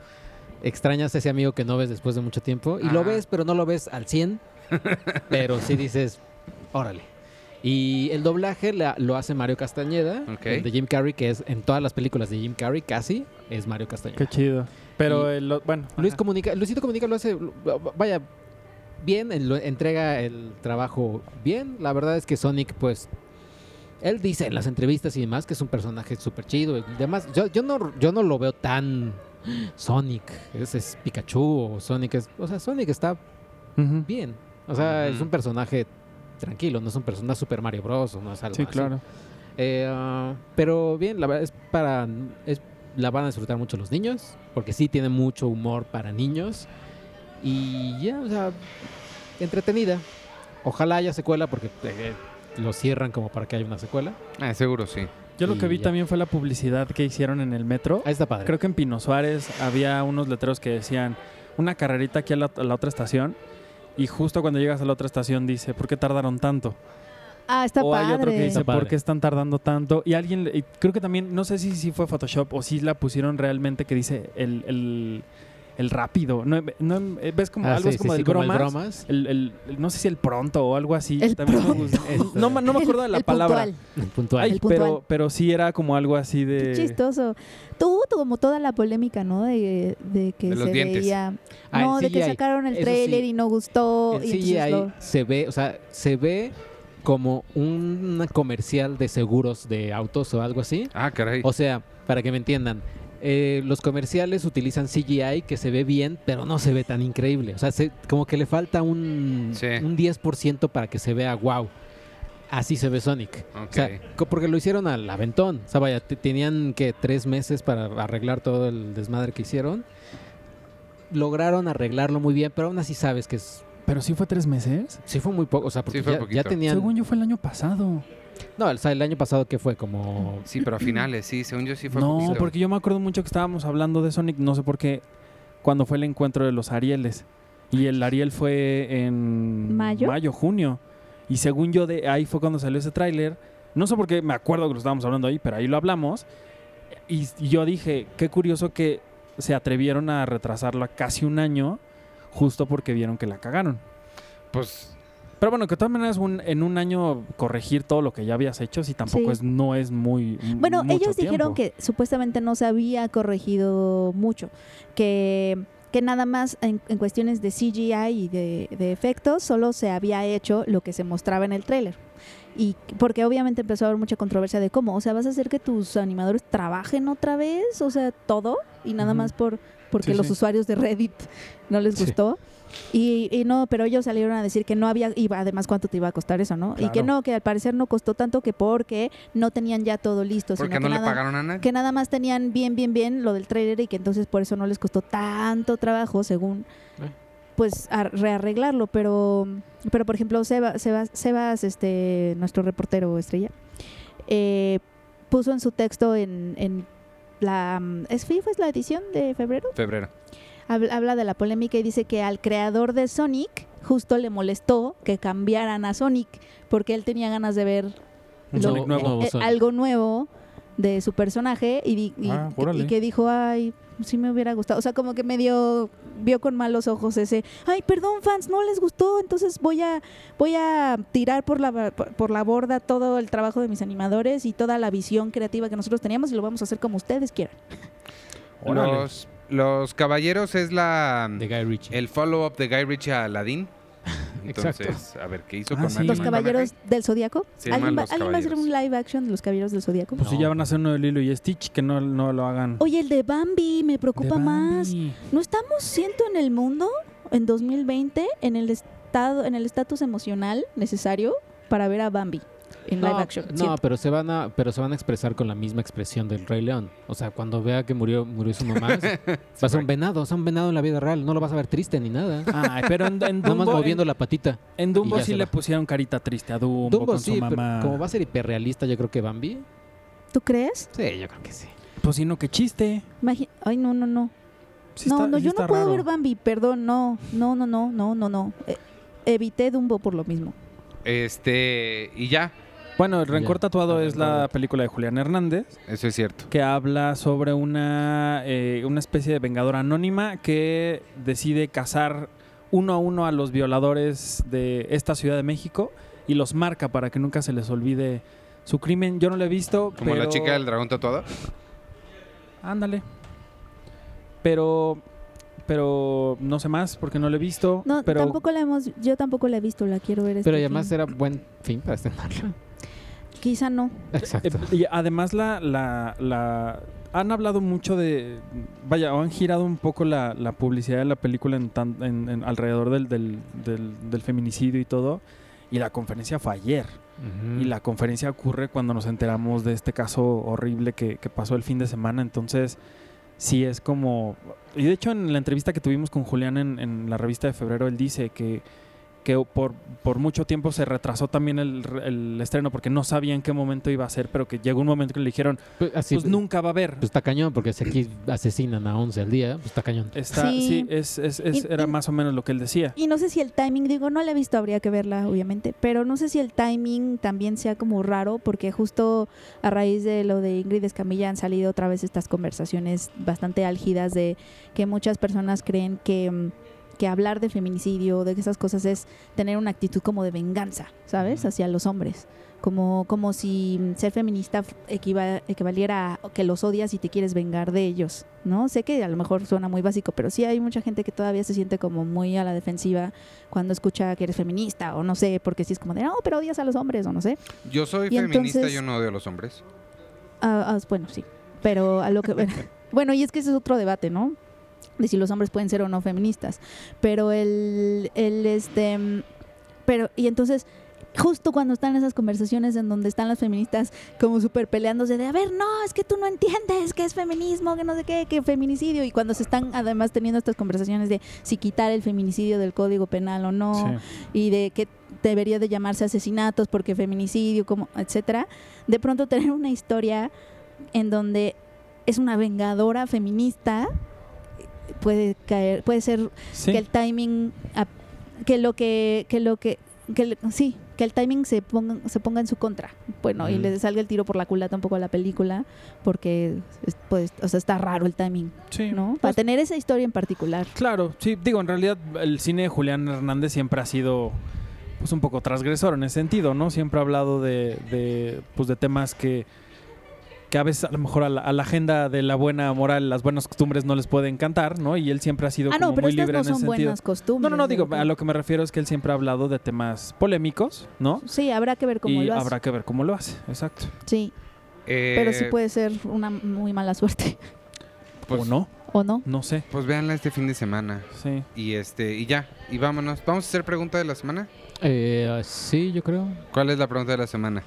C: extrañas a ese amigo que no ves después de mucho tiempo. Y lo
A: Ajá.
C: ves, pero no lo ves al 100. pero sí dices, órale. Y el doblaje la- lo hace Mario Castañeda,
A: Ok.
C: el de Jim Carrey, que es en todas las películas de Jim Carrey, casi, es Mario Castañeda.
B: Qué chido. Pero el- bueno,
C: Luis
B: ajá.
C: comunica, Luisito comunica lo hace, lo- vaya, bien, en lo- entrega el trabajo bien. La verdad es que Sonic, pues, él dice en las entrevistas y demás que es un personaje súper chido. y demás, yo, yo no, yo no lo veo tan Sonic, ese es Pikachu o Sonic es, o sea, Sonic está
B: Ujú.
C: bien. O sea,
A: Ujú.
C: es un personaje tranquilo, no es un personaje Super Mario Bros. o no es algo
B: Sí,
C: así.
B: claro.
C: Eh, ah, pero bien, la verdad es para. es- la van a disfrutar mucho los niños, porque sí tiene mucho humor para niños. Y ya, o sea, entretenida. Ojalá haya secuela, porque eh, eh, lo cierran como para que haya una secuela.
A: Ah, seguro sí.
B: Yo lo que
C: Y
B: vi
C: ya.
B: también fue la publicidad que hicieron en el metro.
C: Ahí está padre.
B: Creo que en Pino Suárez había unos letreros que decían una carrerita aquí a la, a la otra estación y justo cuando llegas a la otra estación dice, ¿por qué tardaron tanto?
D: Ah, está
B: o hay otro que
D: padre.
B: dice,
C: Está padre.
B: ¿por qué están tardando tanto? Y alguien, le- y creo que también, no sé si, si fue Photoshop o si la pusieron realmente que dice el, el, el rápido. No, no, eh, ¿Ves como
C: Ah,
B: algo
C: sí,
B: es como
C: sí,
B: del
C: sí, como el
B: bromas?
C: bromas.
B: El- el- el- no sé si el pronto o algo así.
D: El
B: También me
D: pronto.
B: gusta. No, me- no me acuerdo de la
D: El
B: palabra.
D: puntual.
C: Este, Puntual.
B: Ay,
D: El puntual.
B: pero, pero sí era como algo así
D: Qué
B: de...
D: chistoso. Tuvo tu- como toda la polémica, ¿no? De, de que
A: De los
D: se
A: dientes.
D: veía.
C: Ah,
D: no,
C: el
D: de que
C: CGI.
D: sacaron el
C: Eso
D: trailer
C: sí.
D: y no gustó.
C: En
D: y entonces
C: CGI
D: lo-
C: se ve, o sea, se ve como un comercial de seguros de autos o algo así.
A: Ah, caray.
C: O sea, para que me entiendan, eh, los comerciales utilizan CGI que se ve bien, pero no se ve tan increíble. O sea, se- como que le falta un,
A: Sí.
C: un 10% para que se vea wow. Así se ve Sonic. O sea,
A: Ok.
C: co- porque lo hicieron al aventón. O sea, vaya, te- tenían que tres meses para arreglar todo el desmadre que hicieron. Lograron arreglarlo muy bien, pero aún así sabes que es-
B: Pero sí fue tres meses.
C: sí fue muy poco. O sea, porque
A: fue
C: ya- ya,
A: poquito.
C: tenían.
B: Según yo fue el año pasado.
C: No, o sea, el año pasado que fue como.
A: Sí, pero a finales, sí, según yo sí fue
B: no,
A: poquito.
B: porque yo me acuerdo mucho que estábamos hablando de Sonic, no sé por qué, cuando fue el encuentro de los Arieles. Y el Ariel fue en
D: ¿Mayo?
B: junio. Y según yo, de ahí fue cuando salió ese tráiler. No sé por qué, me acuerdo que lo estábamos hablando ahí, pero ahí lo hablamos. Y, y yo dije, qué curioso que se atrevieron a retrasarlo a casi un año, justo porque vieron que la cagaron.
A: Pues
B: Pero bueno, que de todas maneras un- en un año corregir todo lo que ya habías hecho, si tampoco
D: Sí.
B: es, no es muy...
D: Bueno,
B: mucho
D: ellos dijeron
B: tiempo.
D: que supuestamente no se había corregido mucho, que, que nada más en, en cuestiones de CGI y de, de efectos solo se había hecho lo que se mostraba en el tráiler. Y porque obviamente empezó a haber mucha controversia de cómo, o sea, vas a hacer que tus animadores trabajen otra vez, o sea, todo y nada
B: Ujú.
D: más por porque
B: Sí,
D: los
B: sí.
D: usuarios de Reddit no les
C: Sí.
D: gustó. Y, y no, pero ellos salieron a decir que no había, y además cuánto te iba a costar eso, ¿no? Y que
B: Claro.
D: no, que al parecer no costó tanto que porque no tenían ya todo listo,
A: porque
D: sino
A: no
D: que,
A: le
D: nada,
A: pagaron a nadie.
D: que nada más tenían bien, bien, bien lo del trailer y que entonces por eso no les costó tanto trabajo, según
C: Eh.
D: pues a- rearreglarlo, pero pero por ejemplo Seba- Sebas, Sebas, este nuestro reportero estrella, eh, puso en su texto en, en la mm, es FIFA es la edición de febrero
A: Febrero.
D: Habl- habla de la polémica y dice que al creador de Sonic justo le molestó que cambiaran a Sonic porque él tenía ganas de ver
B: Un
D: lo-
B: Sonic nuevo.
D: eh,
C: Sonic.
D: algo nuevo de su personaje y, di- y-
B: Ah,
D: y
B: órale.
D: que dijo, ay, sí me hubiera gustado. O sea, como que medio vio con malos ojos ese, ay, perdón fans, no les gustó, entonces voy a, voy a tirar por la, ba- por la borda todo el trabajo de mis animadores y toda la visión creativa que nosotros teníamos y lo vamos a hacer como ustedes quieran.
B: Órale.
A: Los, los Caballeros es la
C: De Guy Ritchie.
A: el follow-up de Guy Ritchie a Aladdin.
C: Exacto.
A: Entonces, a ver, ¿qué hizo
B: Ah,
A: con
B: sí.
A: Martin
D: Los
B: Sí.
A: McFly?
D: Caballeros del Zodíaco.
A: Se llaman
D: ¿Alguien, va,
A: Los
D: alguien va a hacer un
A: Caballeros.
D: live action de Los Caballeros del Zodíaco?
B: Pues si
C: No.
B: ya van a hacer uno de Lilo y Stitch, que no, no lo hagan.
D: Oye, el de Bambi me
B: De
D: preocupa más.
B: Bambi.
D: ¿No estamos siento en el mundo en 2020 en el estado en el estatus emocional necesario para ver a Bambi en
C: No,
D: live action?
C: no,
D: siento.
C: pero se van a, pero se van a expresar con la misma expresión del Rey León. O sea, cuando vea que murió, murió su mamá, va a ser un venado, o sea, un venado en la vida real, no lo vas a ver triste ni nada.
B: Ay, pero en, en
C: Nada más
B: Dumbo,
C: moviendo
B: en,
C: la patita.
B: en Dumbo
C: y ya
B: sí
C: se
B: le
C: va.
B: pusieron carita triste a Dumbo,
C: Dumbo
B: con
C: sí,
B: su
C: pero
B: mamá.
C: como va a ser hiperrealista, yo creo que Bambi.
D: ¿Tú crees?
C: Sí, yo creo que sí.
B: Pues si no, qué chiste.
D: Imagi- Ay, no, no, no.
B: Sí
D: no,
B: está-
D: no,
B: sí
D: yo
B: está
D: no puedo
B: raro.
D: ver Bambi, perdón, no. No, no, no, no, no, no. Eh, evité Dumbo por lo mismo.
A: Este, y ya,
B: Bueno, El Rencor
C: Ya,
B: Tatuado
C: El
B: es
C: Rencor.
B: la película de Julián Hernández,
A: eso es cierto.
B: que habla sobre una, eh, una especie de vengadora anónima que decide cazar uno a uno a los violadores de esta Ciudad de México y los marca para que nunca se les olvide su crimen. Yo no lo he visto,
A: Como la
B: pero-
A: chica del dragón tatuado.
B: Ándale. Pero. Pero no sé más porque no lo he visto.
D: No,
B: pero
D: tampoco la hemos, yo tampoco la he visto, la quiero ver. este
C: Pero además
D: fin.
C: era buen fin para estrenarla.
D: Quizá no.
B: eh,
C: Exacto.
B: y además la, la, la- Han hablado mucho de. Vaya, o han girado un poco la, la publicidad de la película en tan- en- en alrededor del, del, del- del feminicidio y todo. Y la conferencia fue ayer. Y la conferencia ocurre cuando nos enteramos de este caso horrible que, que pasó el fin de semana. Entonces, sí es como. Y de hecho, en la entrevista que tuvimos con Julián en, en la revista de febrero, él dice que, que por, por mucho tiempo se retrasó también el, el estreno porque no sabía en qué momento iba a ser, pero que llegó un momento que le dijeron,
C: Pues, así,
B: pues nunca va a haber.
C: pues, está cañón, porque si aquí asesinan a 11 al día, pues está cañón.
B: Está,
D: Sí.
B: sí, es, es- es-
D: Y-
B: era
D: y-
B: más o menos lo que él decía.
D: Y no sé si el timing, digo, no la he visto, habría que verla, obviamente, pero no sé si el timing también sea como raro, porque justo a raíz de lo de Ingrid Escamilla han salido otra vez estas conversaciones bastante álgidas de que muchas personas creen que, mm, que hablar de feminicidio, de esas cosas, es tener una actitud como de venganza, ¿sabes?
C: Ujú.
D: Hacia los hombres. Como, como si mm, ser feminista f- equiva- equivaliera a que los odias y te quieres vengar de ellos, ¿no? Sé que a lo mejor suena muy básico, pero sí hay mucha gente que todavía se siente como muy a la defensiva cuando escucha que eres feminista o no sé, porque sí es como de, no, pero odias a los hombres o no sé.
A: Yo soy
D: Y
A: feminista,
D: entonces-
A: yo no odio a los hombres.
D: Ah, ah, bueno, sí. Pero a lo que. bueno, y es que ese es otro debate, ¿no? De si los hombres pueden ser o no feministas. Pero el. el este. mm, Pero. Y entonces. Justo cuando están esas conversaciones en donde están las feministas como súper peleándose de, a ver, no, es que tú no entiendes que es feminismo, que no sé qué, que feminicidio. Y cuando se están además teniendo estas conversaciones de si quitar el feminicidio del código penal o no, y de que debería de llamarse asesinatos porque feminicidio, como etcétera, de pronto tener una historia en donde es una vengadora feminista puede caer, puede ser
B: Sí.
D: que el timing ap- que lo que que lo que, que el- sí, que el timing se ponga se ponga en su contra. Bueno, y
C: Ujú.
D: le salga el tiro por la culata un poco a la película porque es- pues o sea, está raro el timing,
B: Sí.
D: ¿no? Para
B: Pues,
D: tener esa historia en particular.
B: Claro, sí, digo, en realidad el cine de Julián Hernández siempre ha sido pues un poco transgresor en ese sentido, ¿no? Siempre ha hablado de, de, pues, de temas que, que a veces a lo mejor a la, a la agenda de la buena moral, las buenas costumbres no les puede encantar, ¿no? Y él siempre ha sido
D: Ah,
B: como
D: no, pero
B: muy
D: estas
B: libre
D: no
B: en ese
D: son
B: sentido.
D: buenas costumbres.
B: No, no, no,
D: de
B: digo,
D: que-
B: a lo que me refiero es que él siempre ha hablado de temas polémicos, ¿no?
D: Sí, habrá que ver cómo
B: y
D: lo hace.
B: habrá que ver cómo lo hace, exacto.
D: Sí,
A: Eh,
D: pero sí puede ser una muy mala suerte,
A: Pues,
B: o no,
D: ¿o no?
B: no sé,
A: Pues véanla este fin de semana.
B: sí.
A: Y este, y ya, y vámonos. Vamos a hacer pregunta de la semana.
C: Eh, sí, yo creo.
A: ¿Cuál es la pregunta de la semana?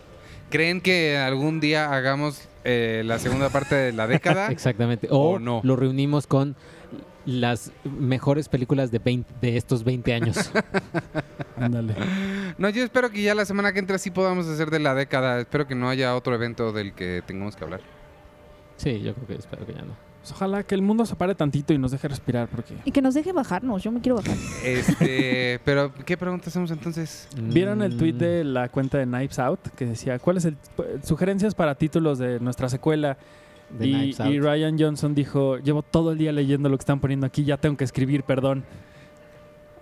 A: ¿Creen que algún día hagamos eh, la segunda parte de la década?
C: Exactamente. O,
A: Ah. O no.
C: lo reunimos con las mejores películas de, 20 de estos 20 años.
B: Ándale.
A: No, yo espero que ya la semana que entra sí podamos hacer de la década. Espero que no haya otro evento del que tengamos que hablar.
C: sí, yo creo que espero que ya no.
B: Pues ojalá que el mundo se pare tantito y nos deje respirar porque...
D: Y que nos deje bajarnos, yo me quiero bajar.
A: Este, pero ¿qué pregunta hacemos entonces?
B: ¿Vieron el tweet
C: Mm,
B: de la cuenta de Knives Out que decía, ¿cuáles el pu- sugerencias para títulos de nuestra secuela?
C: Mm, de
B: y,
C: Knives Out?
B: y Ryan Johnson dijo, llevo todo el día leyendo lo que están poniendo aquí, ya tengo que escribir, perdón.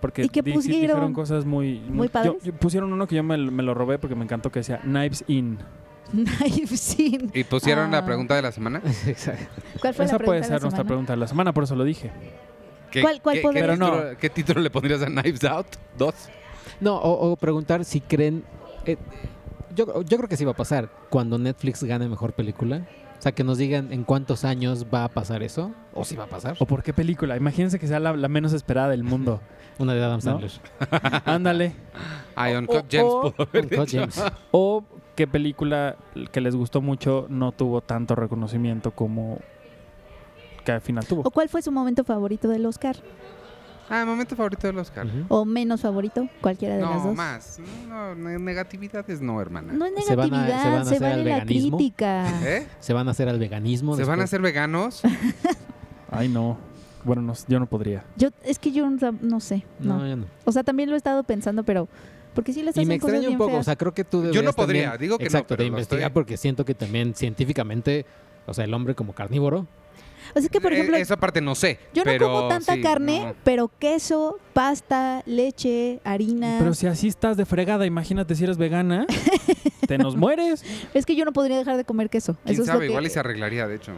B: Porque
D: ¿Y qué
B: di- sí
D: pusieron?
B: dijeron cosas muy...
D: ¿Muy
B: yo-
D: padres?
B: yo- pusieron uno que yo me, me lo robé porque me encantó que decía Knives In.
D: Knife Scene.
A: ¿Y pusieron
D: Ah.
A: la pregunta de la semana?
C: Exacto.
D: ¿Cuál fue
B: Esa
D: la pregunta
B: puede
D: de la
B: ser nuestra
D: semana?
B: pregunta de la semana, por eso lo dije.
A: ¿Qué,
D: ¿Cuál- cuál
A: qué- qué
D: podría-
B: Pero
A: título, ¿Qué título le pondrías a Knives Out? ¿Dos?
C: No, o, o preguntar si creen. eh, yo, yo creo que sí va a pasar cuando Netflix gane mejor película. O sea, que nos digan en cuántos años va a pasar eso. O si va a pasar.
B: ¿O por qué película? Imagínense que sea la, la menos esperada del mundo.
C: Una de Adam
B: ¿No?
C: Sandler.
B: Ándale.
A: Ay,
B: o-
A: Uncut Gems.
B: o-
A: pudo haber
C: Con Todd James.
B: ¿O qué película que les gustó mucho no tuvo tanto reconocimiento como que al final tuvo?
D: ¿O cuál fue su momento favorito del Oscar?
A: Ah, el momento favorito del Oscar.
C: Ujú.
D: ¿O menos favorito? Cualquiera de las
A: No,
D: dos.
A: más. No, no, ne- negatividades no, hermana.
D: No es
C: Se van a- se van a
D: negatividad, se,
C: hacer
D: vale
C: al
D: la
C: veganismo.
D: crítica.
A: ¿Eh?
C: Se van a hacer al veganismo.
A: ¿Se van a
C: después.
A: hacer veganos?
B: Ay, no. Bueno, no, yo no podría.
D: Yo, es que yo no, no sé. No.
C: No, yo no.
D: O sea, también lo he estado pensando, pero. Porque sí les
C: Y
D: hacen
C: me
D: cosas
C: extraña un
D: bien
C: poco, o
D: feas.
C: sea, creo que tú
A: no
C: deberías
A: podría,
C: también-
A: digo que no,
C: Exacto,
A: pero
C: de
A: lo
C: investigar
A: estoy-
C: porque siento que también científicamente, o sea, el hombre como carnívoro,
D: O sea, que por ejemplo,
A: Eh, Esa parte no sé.
D: yo no
A: pero
D: como tanta
A: sí,
D: carne,
A: no.
D: pero queso, pasta, leche, harina.
B: Pero si así estás de fregada, imagínate si eres vegana, te nos mueres.
D: Es que yo no podría dejar de comer queso.
A: ¿Quién
D: Eso es lo
A: sabe?
D: que-
A: Igual y se arreglaría, de hecho.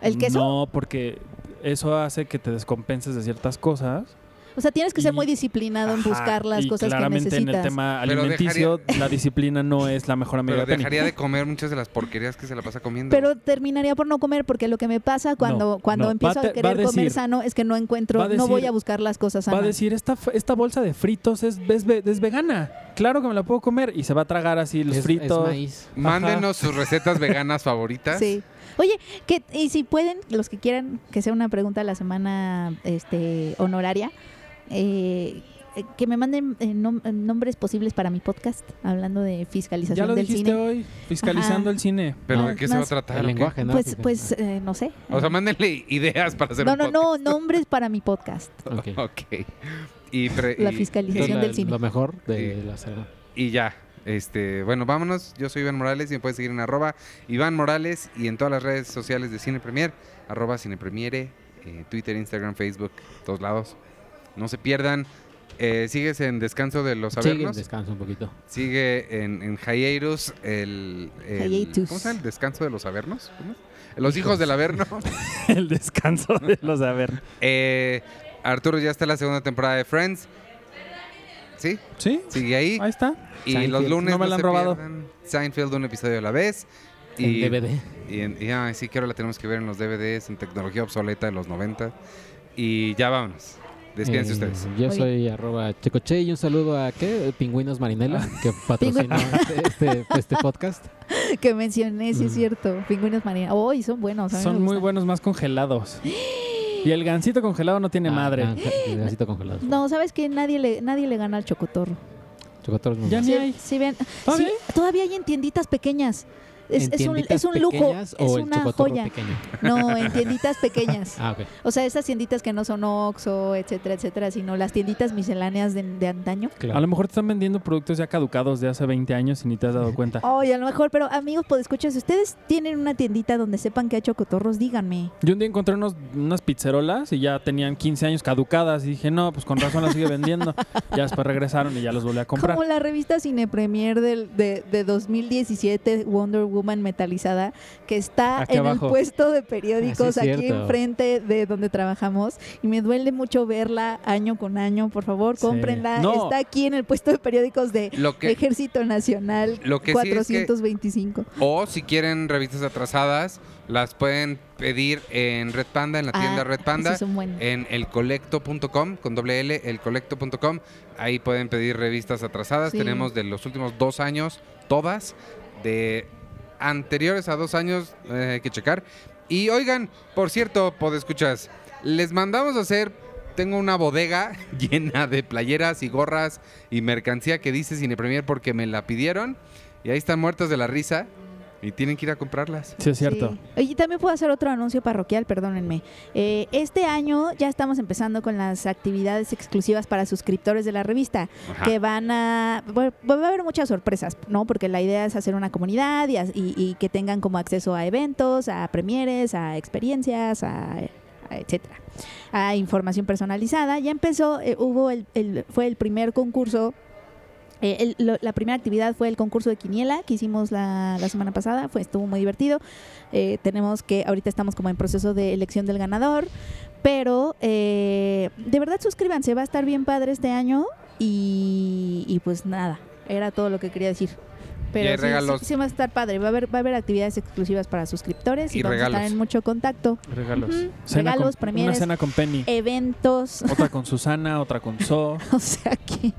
D: ¿El queso?
B: No, porque eso hace que te descompenses de ciertas cosas.
D: O sea, tienes que ser
B: Y-
D: muy disciplinado en
B: Ajá,
D: buscar las
B: y
D: cosas que
B: claramente
D: necesitas.
B: en el tema
A: Pero
B: alimenticio, la disciplina no es la mejor amiga
A: Pero
B: de Penny.
A: dejaría de comer muchas de las porquerías que se la pasa comiendo.
D: Pero terminaría por no comer porque lo que me pasa
B: No,
D: cuando, cuando
B: no.
D: empiezo
B: Va
D: a,
B: a te- va
D: querer
B: a
D: comer
B: decir-
D: sano es que no
B: va
D: encuentro,
B: a
D: no voy
B: decir-
D: a buscar las cosas
B: Va a
D: sanas.
B: decir, esta, f- esta bolsa de fritos es, es ve- es vegana. Claro que me la puedo comer. Y se va a tragar así los
C: es, es
B: fritos.
C: maíz.
A: Mándenos sus recetas veganas favoritas.
D: Sí. Oye, que, y si pueden, los que quieran, que sea una pregunta a la semana este, honoraria, eh, eh, que me manden eh, nom- eh, nombres posibles para mi podcast, hablando de fiscalización
B: Ya lo
D: del
B: dijiste
D: cine.
B: hoy, fiscalizando
D: Ajá.
B: el cine.
A: ¿Pero
D: No,
A: de qué se va a
D: más-
A: tratar?
C: El
A: o qué?
C: lenguaje, ¿no?
D: Pues, pues eh, no sé.
A: O sea, mándenle ideas para hacer
D: no,
A: un
D: no, no, nombres para mi podcast.
C: Ok.
A: podcast. Ok. Y, pre- y-
D: La
C: Entonces,
D: fiscalización
C: la-
D: del cine.
C: Lo mejor de
A: Sí.
C: la saga.
A: Y ya. Este, bueno, vámonos. Yo soy Iván Morales y me puedes seguir en arroba Iván Morales y en todas las redes sociales de Cine Premier, arroba Cine Premiere, eh, Twitter, Instagram, Facebook, todos lados. No se pierdan. Eh, sigues en Descanso de los
C: Sigue,
A: Sabernos.
C: descansa un poquito.
A: Sigue en, en Hiatus el, el-
D: Hiatus.
A: ¿Cómo se llama? El descanso de los Avernos. ¿Cómo es? Los hijos
C: Hijos.
A: del Averno.
B: El descanso de los haber.
A: Eh, Arturo ya está en la segunda temporada de Friends. Sí,
B: ¿Sí?
A: sigue ahí.
B: Ahí está.
A: Y
C: Seinfeld.
A: los lunes
B: No me la han
A: se
B: robado.
A: pierdan Seinfeld un episodio a la vez.
C: En
A: Y,
C: DVD.
A: y en- y, ay, sí, que ahora la tenemos que ver en los DVDs, en tecnología obsoleta de los 90. Y ya vámonos. Despídense
C: Eh,
A: ustedes.
C: Yo
D: Muy
C: soy arroba Checoche y un saludo a ¿qué? Pingüinos Marinela,
D: Ah.
C: que patrocinó este, este- este podcast.
D: que mencioné, sí es
C: Mm.
D: cierto. Pingüinos marinos. Hoy son buenos. a mí me
B: Son muy
D: gustan.
B: buenos más congelados. Y el gancito congelado no tiene
C: Ah,
B: madre.
C: naranja, y gansito congelado.
D: No, ¿sabes que Nadie le, nadie le gana al chocotorro.
C: Chocotorros no.
B: Ya
D: Sí,
B: ni hay.
D: sí ven,
B: ¿Todavía
D: sí, todavía hay en tienditas pequeñas. Es,
C: ¿En
D: es un,
C: tienditas
D: es un lujo,
C: pequeñas
D: es
C: o el
D: una
C: chocotorro
D: joya.
C: pequeño?
D: No, en tienditas pequeñas.
C: Ah, ok.
D: O sea, esas tienditas que no son Oxxo, etcétera, etcétera, sino las tienditas misceláneas de, de antaño.
B: A
C: Claro.
B: lo mejor te están vendiendo productos ya caducados de hace 20 años y ni te has dado cuenta.
D: Ay, a lo mejor, pero amigos, pues escuchas, si ustedes tienen una tiendita donde sepan que hay chocotorros, díganme.
B: Yo un día encontré unos- unas pizzerolas y ya tenían 15 años caducadas y dije, no, pues con razón las sigue vendiendo. ya después regresaron y ya los volví a comprar.
D: Como la revista Cine Premier del, de, de 2017, Wonder Woman metalizada, que está
C: Aquí
D: en
C: abajo.
D: el puesto de
C: Ah,
D: periódicos
C: sí, es
D: aquí
C: cierto.
D: enfrente de donde trabajamos. Y me duele mucho verla año con año. Por favor,
B: Sí.
D: cómprenla.
B: No.
D: Está aquí en el puesto de periódicos de
A: Lo que,
D: Ejército Nacional
A: lo que sí es que
D: 425.
A: O si quieren revistas atrasadas, las pueden pedir en Red Panda, en la tienda
D: Ah,
A: Red Panda,
D: esos son buenos.
A: en elcolecto.com, con doble L, elcolecto.com. Ahí pueden pedir revistas atrasadas.
D: Sí.
A: Tenemos de los últimos dos años, todas, de anteriores a dos años, eh, hay que checar. Y oigan, por cierto, podescuchas, les mandamos a hacer. Tengo una bodega llena de playeras y gorras y mercancía que dice Cine Premier porque me la pidieron. Y ahí están muertos de la risa y tienen que ir a comprarlas.
B: Sí, es cierto.
D: Sí. Oye, Y también puedo hacer otro anuncio parroquial, perdónenme. Eh, este año ya estamos empezando con las actividades exclusivas para suscriptores de la revista,
A: Ajá.
D: que van a... bueno, va a haber muchas sorpresas, ¿no? Porque la idea es hacer una comunidad y, as- y- y que tengan como acceso a eventos, a premieres, a experiencias, a a etcétera, a información personalizada. Ya empezó, eh, hubo el, el- fue el primer concurso eh, el- lo- la primera actividad fue el concurso de Quiniela que hicimos la, la semana pasada, fue, estuvo muy divertido. Eh, tenemos que, ahorita estamos como en proceso de elección del ganador, pero eh, de verdad suscríbanse, va a estar bien padre este año y, y pues nada, era todo lo que quería decir. Pero
A: Y hay
D: sí,
A: regalos.
D: sí- sí va a estar padre, va a haber, va a haber actividades exclusivas para suscriptores y,
A: Y
D: vamos a
A: regalos.
D: estar en mucho contacto.
B: Regalos.
D: Ujú.
B: Cena con-
D: Regalos,
B: una
D: premieres, Eh.
B: cena con Penny.
D: eventos,
B: Otra con Susana, otra con So.
D: o sea que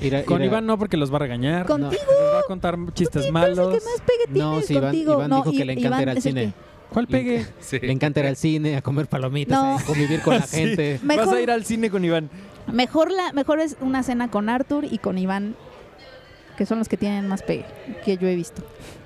C: Ir a-
B: Con
C: ir a-
B: Iván no, porque los va a regañar.
D: Contigo.
B: Les va a contar chistes malos.
D: más pegue
C: No,
D: tienes
C: sí, Iván,
D: contigo.
C: Iván
D: No,
C: dijo que
D: I-
C: le encanta
D: Iván
C: ir al
D: es el
C: cine.
B: ¿Cuál pegue?
A: Sí.
C: Le encanta ir al cine, a comer palomitas,
D: No.
C: a convivir con la
B: Sí.
C: gente.
D: que- Mejor-
B: Vas a ir al cine con Iván.
D: Mejor, la, mejor es una cena con Arthur y con Iván, que son los que tienen más pegue que yo he visto.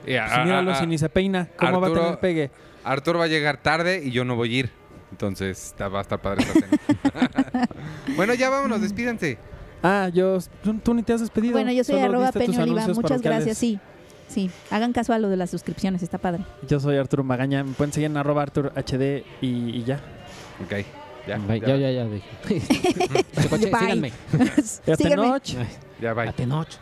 A: Y a-
B: Pues míralo,
A: a- a-
B: si ni se peina. ¿Cómo va
A: Arturo-
B: a tener pegue?
A: Arturo va a llegar tarde y yo no voy a ir. Entonces está- va a estar padre esa cena. bueno, ya vámonos, despídanse.
B: Ah, yo. Tú, tú ni te has despedido.
D: Bueno, yo soy
B: Solo
D: arroba
B: diste tus
D: Peña Oliva.
B: anuncios
D: Muchas
B: parroquiales.
D: gracias. Sí, sí. Hagan caso a lo de las suscripciones, está padre.
B: Yo soy Arturo Magaña. Me pueden seguir en arroba Artur HD y, y ya.
A: Ok, ya.
C: Bye,
A: ya,
C: Ya, ya, ya, dije. Checoche,
D: Bye.
C: síganme.
B: Y hasta
D: Síganme.
B: noche.
A: ya, bye.
C: Hasta noche.